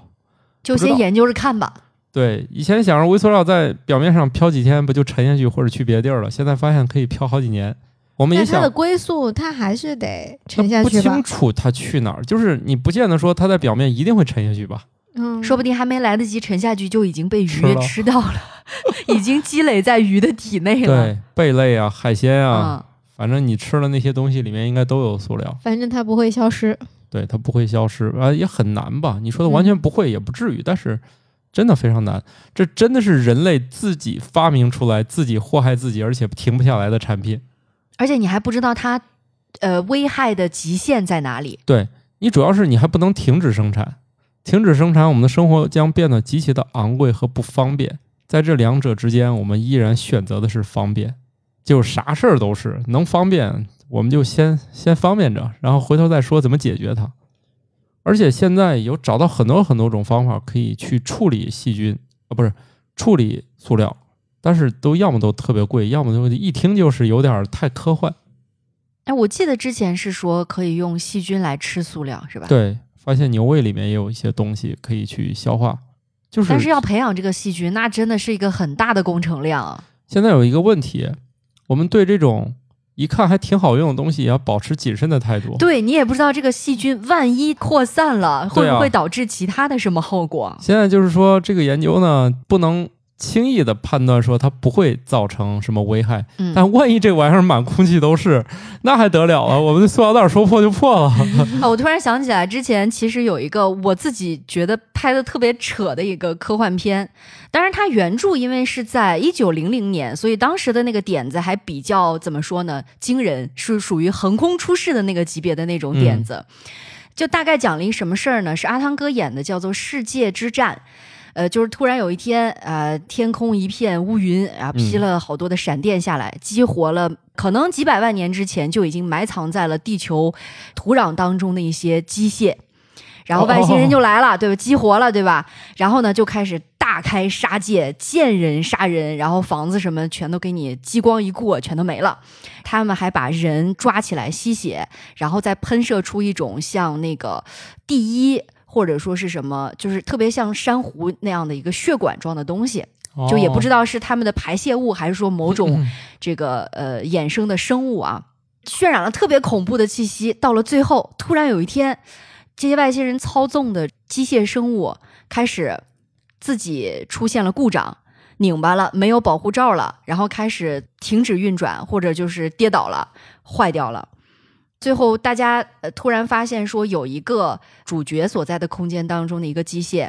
S2: 就
S1: 不知
S2: 先
S1: 道
S2: 研究着看吧。
S1: 对，以前想着微塑料在表面上漂几天不就沉下去或者去别地儿了，现在发现可以漂好几年。我们也
S3: (laughs) 但它
S1: 想
S3: 的归宿，它还是得沉下
S1: 不
S3: 去吧
S1: 清。楚它去哪儿，就是你不见得说它在表面一定会沉下去吧？
S3: 嗯，
S2: 说不定还没来得及沉下去，就已经被
S1: 吃
S2: 鱼
S1: 了
S2: 吃到了， (laughs) 已经积累在鱼的体内了。
S1: 对，贝类啊、海鲜啊，
S2: 嗯，
S1: 反正你吃的那些东西里面应该都有塑料。
S3: 反正它不会消失。
S1: 对，它不会消失啊，也很难吧？你说的完全不会也不至于，但是真的非常难。这真的是人类自己发明出来、自己祸害自己，而且停不下来的产品。
S2: 而且你还不知道它，呃，危害的极限在哪里。
S1: 你主要是你还不能停止生产，停止生产，我们的生活将变得极其的昂贵和不方便。在这两者之间，我们依然选择的是方便，就啥事儿都是能方便，我们就先先方便着，然后回头再说怎么解决它。而且现在有找到很多很多种方法可以去处理细菌啊，不是处理塑料，但是都要么都特别贵，要么就一听就是有点儿太科幻。
S2: 哎，我记得之前是说可以用细菌来吃塑料，是吧？。
S1: 对，发现牛胃里面也有一些东西可以去消化，就是
S2: 但是要培养这个细菌，那真的是一个很大的工程量啊。
S1: 现在有一个问题，我们对这种一看还挺好用的东西也要保持谨慎的态度。
S2: 对你也不知道这个细菌万一扩散了，会
S1: 对啊
S2: 不会导致其他的什么后果？
S1: 现在就是说，这个研究呢，不能轻易的判断说它不会造成什么危害，
S2: 嗯，
S1: 但万一这玩意儿满空气都是，那还得了啊！我们的塑料袋说破就破了。
S2: 啊，我突然想起来，之前其实有一个我自己觉得拍的特别扯的一个科幻片，当然它原著因为是在一九零零年，所以当时的那个点子还比较怎么说呢，惊人，是属于横空出世的那个级别的那种点子。就大概讲了一什么事儿呢？是阿汤哥演的，叫做《世界之战》。呃，就是突然有一天，呃，天空一片乌云，啊，劈
S1: 嗯
S2: 了好多的闪电下来，激活了可能几百万年之前就已经埋藏在了地球土壤当中的一些机械，然后外星人就来了，对吧？激活了，对吧？然后呢，就开始大开杀戒，见人杀人，然后房子什么全都给你激光一过，全都没了。他们还把人抓起来吸血，然后再喷射出一种像那个第一或者说是什么，就是特别像珊瑚那样的一个血管状的东西， (laughs) 就也不知
S1: 道
S2: 道是它们的排泄物还是说某种
S1: 嗯
S2: 这个呃衍生的生物啊，渲染了特别恐怖的气息。到了最后，突然有一天，这些外星人操纵的机械生物开始自己出现了故障，拧巴了，没有保护罩了，然后开始停止运转，或者就是跌倒了，坏掉了。最后，大家呃突然发现说，有一个主角所在的空间当中的一个机械，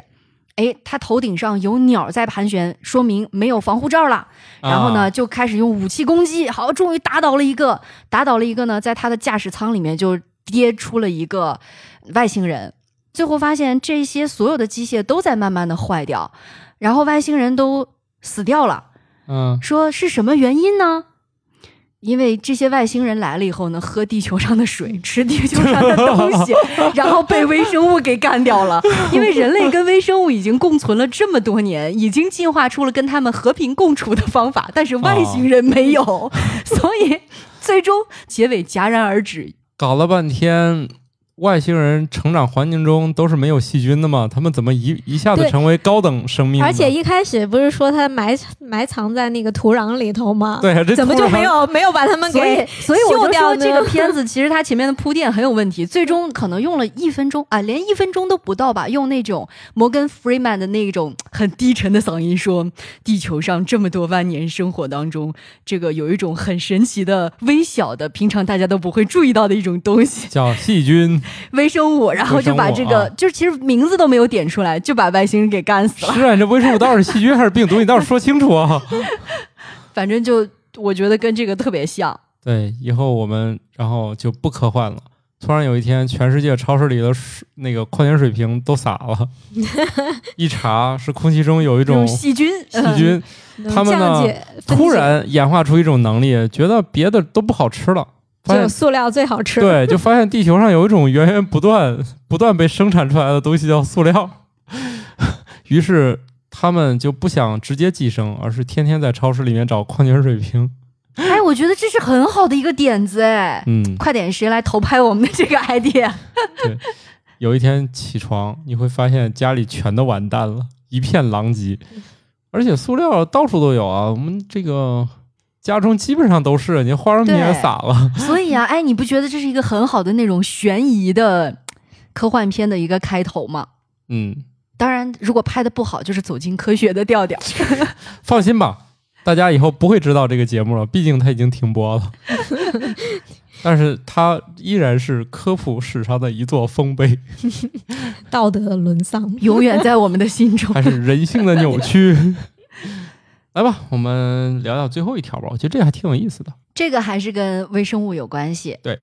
S2: 哎，它头顶上有鸟在盘旋，说明没有防护罩了。然后呢，
S1: 啊
S2: 就开始用武器攻击，好，终于打倒了一个，打倒了一个呢，在他的驾驶舱里面就跌出了一个外星人。最后发现这些所有的机械都在慢慢的坏掉，然后外星人都死掉了。
S1: 嗯
S2: 说是什么原因呢？因为这些外星人来了以后呢，喝地球上的水，吃地球上的东西，然后被微生物给干掉了。因为人类跟微生物已经共存了这么多年，已经进化出了跟他们和平共处的方法，但是外星人没有， (laughs) 所以最终结尾戛然而止。
S1: 搞了半天。外星人成长环境中都是没有细菌的嘛？他们怎么一一下子
S3: 对
S1: 成为高等生命呢？
S3: 而且一开始不是说它埋埋藏在那个土壤里头吗？
S1: 对啊，这
S3: (laughs) 怎么
S1: 突
S3: 就
S1: 然
S3: 没有没有把他们
S2: 所以
S3: 给， (laughs)
S2: 所以我
S3: 秀
S2: 就
S3: 掉
S2: 说
S3: 呢
S2: 这个片子其实它前面的铺垫很有问题，最终可能用了一分钟啊，连一分钟都不到吧，用那种摩根弗里曼的那种很低沉的嗓音说：“地球上这么多万年生活当中，这个有一种很神奇的、微小的、平常大家都不会注意到的一种东西，
S1: 叫细
S3: (laughs)
S1: 菌？
S2: 微生物。”然后就把这
S1: 微
S2: 个，
S1: 生物啊
S2: 就是其实名字都没有点出来，就把外星人给干死了。
S1: 是啊，你这微生物到底是细菌还是病毒？你倒是说清楚啊！ (laughs)
S2: 反正就我觉得跟这个特别像。
S1: 对，以后我们然后就不科幻了。突然有一天，全世界超市里的水那个矿泉水瓶都洒
S3: (laughs)
S1: 了，一查是空气中有一
S2: 这种
S1: 种
S2: 细菌，
S1: 细
S2: 嗯
S1: 菌，
S3: 能
S1: 他们呢
S3: 降解分
S1: 突
S3: 解
S1: 然演化出一种能力，觉得别的都不好吃了，发
S3: 只
S1: 现
S3: 有塑料最好吃。
S1: 对，就发现地球上有一种源源不断、 (laughs) 不断被生产出来的东西叫塑料， (laughs) 于是他们就不想直接寄生，而是天天在超市里面找矿泉水瓶。
S2: 哎，我觉得这是很好的一个点子哎。
S1: 嗯，
S2: 快点，谁来投拍我们的这个 idea？
S1: 有一天起床，你会发现家里全都完蛋了，一片狼藉，而且塑料到处都有啊。我们这个家中基本上都是，你化妆品也
S2: 对
S1: 撒了。
S2: 所以啊，哎，你不觉得这是一个很好的那种悬疑的科幻片的一个开头吗？
S1: 嗯，
S2: 当然，如果拍的不好，就是走进科学的调调。
S1: 放心吧，大家以后不会知道这个节目了，毕竟它已经停播了。 (laughs) 但是它依然是科普史上的一座丰碑，
S2: (laughs)
S3: 道德沦丧。
S2: 永远在我们的心中
S1: 还。是人性的扭曲。 (laughs) 来吧，我们聊聊最后一条吧，我觉得这还挺有意思的。
S2: 这个还是跟微生物有关系。
S1: 对。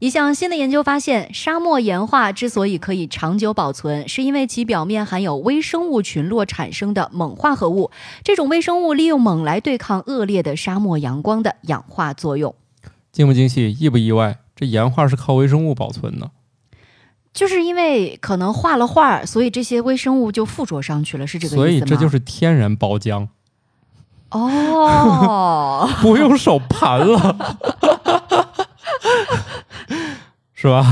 S2: 一项新的研究发现，沙漠岩画之所以可以长久保存，是因为其表面含有微生物群落产生的锰化合物。这种微生物利用锰来对抗恶劣的沙漠阳光的氧化作用。
S1: 惊不惊喜，意不意外？这岩画是靠微生物保存的，
S2: 就是因为可能画了画儿，所以这些微生物就附着上去了，是这个意思吗？
S1: 所以这就是天然包浆， (laughs)
S2: 哦，
S1: 不用手盘了， (laughs) 是吧？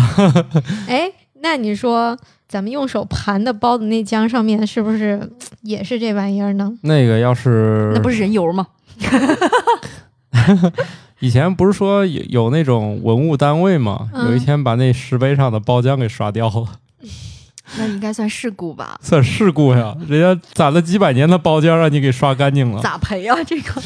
S3: (laughs) 哎，那你说咱们用手盘的包的那浆上面是不是嘖也是这玩意儿呢？
S1: 那个要是
S2: 那不是人油吗？
S1: 以前不是说有有那种文物单位吗？
S3: 嗯
S1: 有一天把那石碑上的包浆给刷掉了，
S2: (laughs) 那应该算事故吧？
S1: 算事故
S2: (laughs)
S1: 呀！人家攒了几百年的包浆让你给刷干净了。
S2: 咋赔啊？这个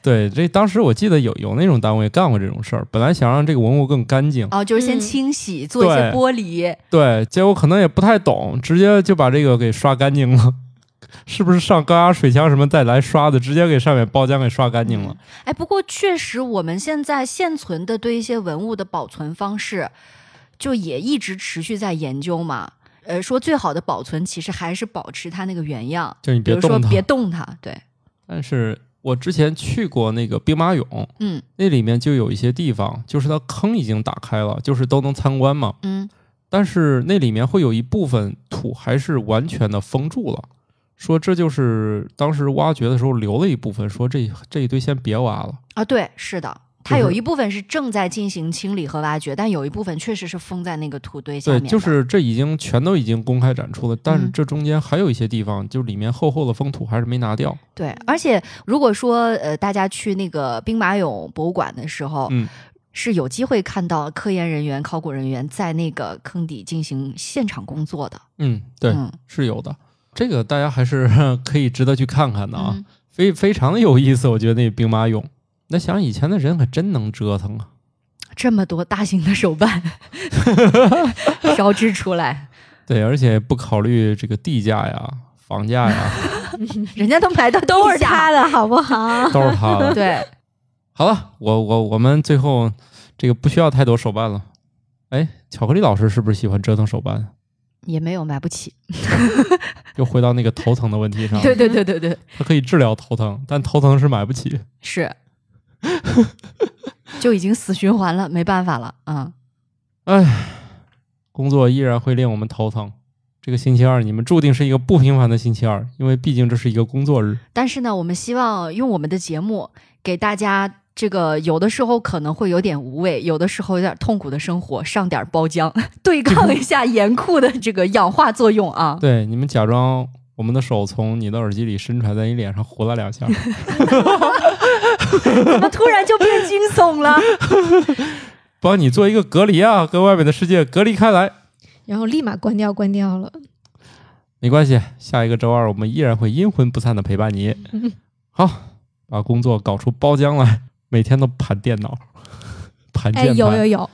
S1: 对，这当时我记得有有那种单位干过这种事儿，本来想让这个文物更干净，
S2: 哦，就是先
S3: 嗯
S2: 清洗，做一些
S1: 对
S2: 剥离。
S1: 对，结果可能也不太懂，直接就把这个给刷干净了。 (laughs) 是不是上高压水枪什么再来刷的，直接给上面包浆给刷干净了？
S2: 哎，不过确实，我们现在现存的对一些文物的保存方式，就也一直持续在研究嘛。呃，说最好的保存其实还是保持它那个原样，
S1: 就你
S2: 比
S1: 别
S2: 如说
S1: 动它。
S2: 别动它。对，
S1: 但是我之前去过那个兵马俑，
S2: 嗯
S1: 那里面就有一些地方，就是它坑已经打开了，就是都能参观嘛。
S2: 嗯，
S1: 但是那里面会有一部分土还是完全的封住了，说这就是当时挖掘的时候留了一部分，说这这一堆先别挖了。
S2: 啊，对，是的，它
S1: 就是
S2: 有一部分是正在进行清理和挖掘，但有一部分确实是封在那个土堆下
S1: 对，
S2: 面的。
S1: 就是这已经全都已经公开展出了，但是
S2: 嗯
S1: 这中间还有一些地方，就里面厚厚的封土还是没拿掉。
S2: 对，而且如果说呃，大家去那个兵马俑博物馆的时候，
S1: 嗯，
S2: 是有机会看到科研人员、考古人员在那个坑底进行现场工作的。
S1: 嗯，对，
S2: 嗯
S1: 是有的。这个大家还是 (laughs) 可以值得去看看的啊，
S2: 嗯
S1: 非非常的有意思。我觉得那兵马俑，那想以前的人可真能折腾啊。
S2: 这么多大型的手办 (laughs) 烧制出来，
S1: 对，而且不考虑这个地价呀、房价呀，
S2: 人家都埋到
S3: 都是
S2: 地下
S3: 他的好不好？
S1: 都是他的。
S2: 对，
S1: 好了，我我我们最后这个不需要太多手办了。哎，巧克力老师是不是喜欢折腾手办？
S2: 也没有买不起。
S1: 又回到那个头疼的问题上，
S2: 对对对对对，
S1: 它可以治疗头疼，但头疼是买不起。 (laughs)
S2: 是，就已经死循环了，没办法了啊、
S1: 哎，工作依然会令我们头疼。这个星期二，你们注定是一个不平凡的星期二，因为毕竟这是一个工作日。
S2: 但是呢，我们希望用我们的节目给大家。这个有的时候可能会有点无味，有的时候有点痛苦的生活，上点包浆， (laughs) 对抗一下严酷的这个氧化作用啊！
S1: (laughs) 对，
S3: 嗯
S1: 你们假装我们的手从你的耳机里伸出来，在你脸上呼啦
S3: (laughs)
S1: 两下。
S2: 怎么突然就变惊悚了？
S1: 帮你做一个隔离啊，跟外面的世界隔离开来。
S3: (laughs) 然后立马关掉，关掉了。
S1: 没关系，下一个周二我们依然会阴魂不散的陪伴你。
S3: 嗯
S1: 好，把工作搞出包浆来，每天都盘电
S3: (laughs)
S1: 脑，盘
S3: 哎，
S1: 键
S3: 有有
S1: 盘。
S3: 有，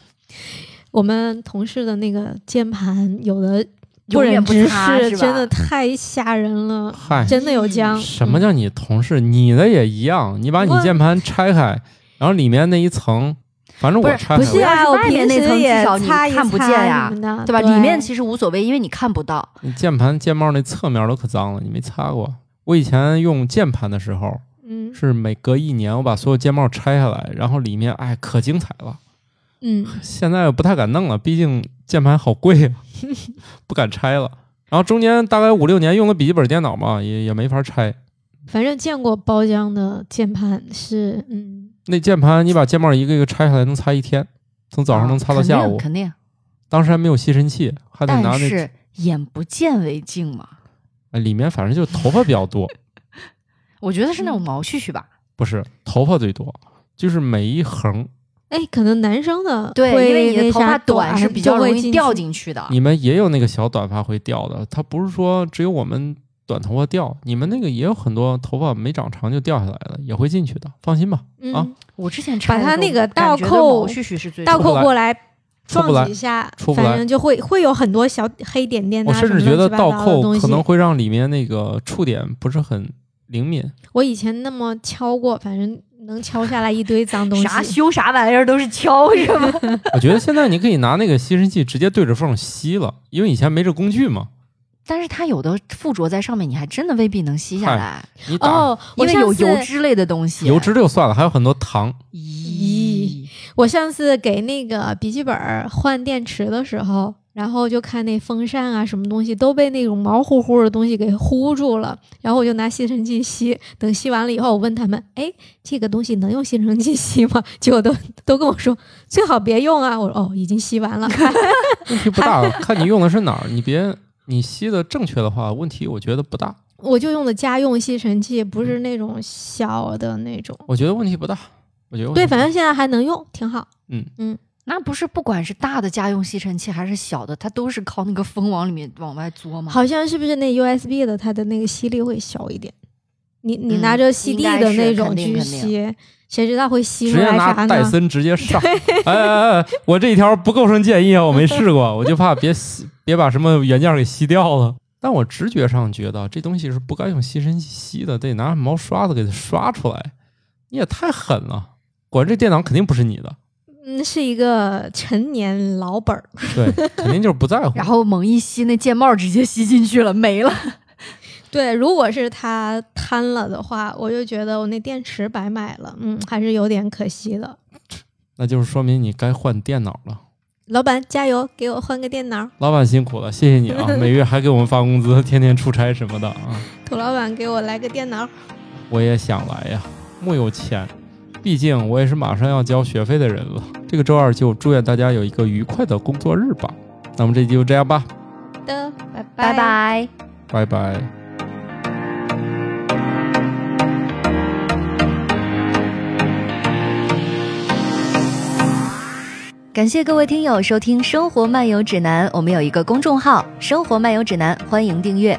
S3: 我们同事的那个键盘有的不
S2: 永远
S3: 忍
S2: 不
S3: 直
S2: 擦
S3: 视，
S2: 是吧
S3: 真的太吓人了，
S1: 嗨，
S3: 真的有浆。
S1: 哎什么叫你同事？你的也一样，你把你
S3: 嗯我
S1: 键盘拆开，然后里面那一层，反正
S2: 不
S1: 我
S2: 是
S1: 拆
S3: 不
S1: 开
S3: 是
S1: 了，
S3: 啊，
S2: 我
S3: 我
S2: 要是外面
S3: 平
S2: 那层
S3: 时也
S2: 至少你
S3: 擦一
S2: 看不
S3: 擦
S2: 见呀
S3: 什么的，
S2: 啊对吧？里面其实无所谓，因为你看不到。
S1: 你键盘键帽那侧面都可脏了，你没擦过。我以前用键盘的时候，
S3: 嗯
S1: 是每隔一年我把所有键帽拆下来，然后里面哎可精彩了。
S3: 嗯，
S1: 现在不太敢弄了，毕竟键盘好贵
S2: (laughs)
S1: 呀、不敢拆了。然后中间大概五六年用个笔记本电脑嘛，也也没法拆。
S3: 反正见过包浆的键盘是嗯，
S1: 那键盘你把键帽一个一个拆下来，能擦一天，从早上能擦到下午。
S2: 啊肯定肯定。
S1: 当时还没有吸尘器，还得拿
S2: 但
S1: 那、
S2: 是眼不见为净嘛，
S1: 哎里面反正就是头发比较多，
S2: 我觉得是那种毛絮絮吧。
S1: 不是头发最多，就是每一横。
S3: 哎，可能男生的
S2: 对，
S3: 会
S2: 因为你的
S3: 那
S2: 头
S3: 啥
S2: 发短
S3: 短
S2: 是比较
S3: 就会
S2: 容易掉
S3: 去。
S2: 啊进去的。
S1: 你们也有那个小短发会掉的，它不是说只有我们短头发掉，你们那个也有很多头发没长长就掉下来了，也会进去的，放心吧。
S3: 嗯
S1: 啊
S2: 我之前
S3: 把它那个倒
S2: 倒
S3: 扣
S2: 毛絮絮是最
S3: 倒
S2: 多的
S3: 扣过来
S1: 出不来
S3: 撞几下
S1: 出，不来
S3: 反正就会会有很多小黑点点、啊。
S1: 我甚至
S3: 什么
S1: 觉
S3: 乱
S1: 得
S3: 七八糟
S1: 倒
S3: 的
S1: 扣
S3: 东
S1: 可
S3: 西
S1: 能会让里面那个触点不是很灵敏。
S3: 我以前那么敲过，反正能敲下来一堆脏东西。
S2: (laughs) 啥修啥玩意儿都是敲是吗？
S1: 我觉得现在你可以拿那个吸尘器直接对着缝吸了，因为以前没这工具嘛。
S2: (laughs) 但是它有的附着在上面，你还真的未必能吸下来，
S1: 你打、
S3: 哦，
S2: 因
S3: 我
S2: 为
S3: 上
S2: 有
S3: 次
S2: 油。脂类的东西。
S1: 油脂就算了，还有很多糖。
S2: 咦，
S3: 我上次给那个笔记本儿换电池的时候，然后就看那风扇啊什么东西都被那种毛乎乎的东西给糊住了，然后我就拿吸尘器吸。等吸完了以后，我问他们：“哎，这个东西能用吸尘器吸吗？” (laughs) 结果都都跟我说最好别用啊。我说：“哦，已经吸完了。 (laughs)
S1: 问题不大，看你用的是哪儿。你别你吸的正确的话，问题我觉得不大。”
S3: 我就用的家用吸尘器，不是那种小的那种。
S1: 我觉得问题不大。我觉得问题
S3: 对，
S1: 不大
S3: 反正现在还能用，挺好。
S1: 嗯
S3: 嗯，
S2: 那不是不管是大的家用吸尘器还是小的，它都是靠那个风往里面往外作吗？
S3: 好像是不是那 USB 的它的那个吸力会小一点？你你
S2: 嗯
S3: 拿着吸地的那种
S2: 应
S3: 去
S2: 该是肯定
S3: 吸，谁知道会吸
S1: 直
S3: 出
S1: 接
S3: 来
S1: 拿
S3: 啥
S1: 戴
S3: 呢？
S1: 森直接
S3: (laughs)
S1: 上。哎哎哎，我这一条不构成建议啊，我没试过，我就怕别吸，别把什么原件给吸掉了。但我直觉上觉得这东西是不该用吸尘器吸的，得拿毛刷子给它刷出来。你也太狠了，果然这电脑肯定不是你的，
S3: 嗯，是一个陈年老本儿，
S1: 对，肯定就是不在乎。
S2: 然后猛一吸，那键帽直接吸进去了，没了。
S3: (laughs) 对，如果是它瘫了的话，我就觉得我那电池白买了，嗯，还是有点可惜的。
S1: 那就是说明你该换电脑了。
S3: 老板加油，给我换个电脑。
S1: 老板辛苦了，谢谢你啊！每月还给我们发工资，天天出差什么的啊，
S3: 土老板给我来个电脑。
S1: 我也想来呀，木有钱。毕竟我也是马上要交学费的人了。这个周二就祝愿大家有一个愉快的工作日吧。那么这期就这样吧，
S3: 的，拜
S4: 拜拜。
S1: 拜拜。
S4: 感谢各位听友收听《生活漫游指南》，我们有一个公众号《生活漫游指南》，欢迎订阅。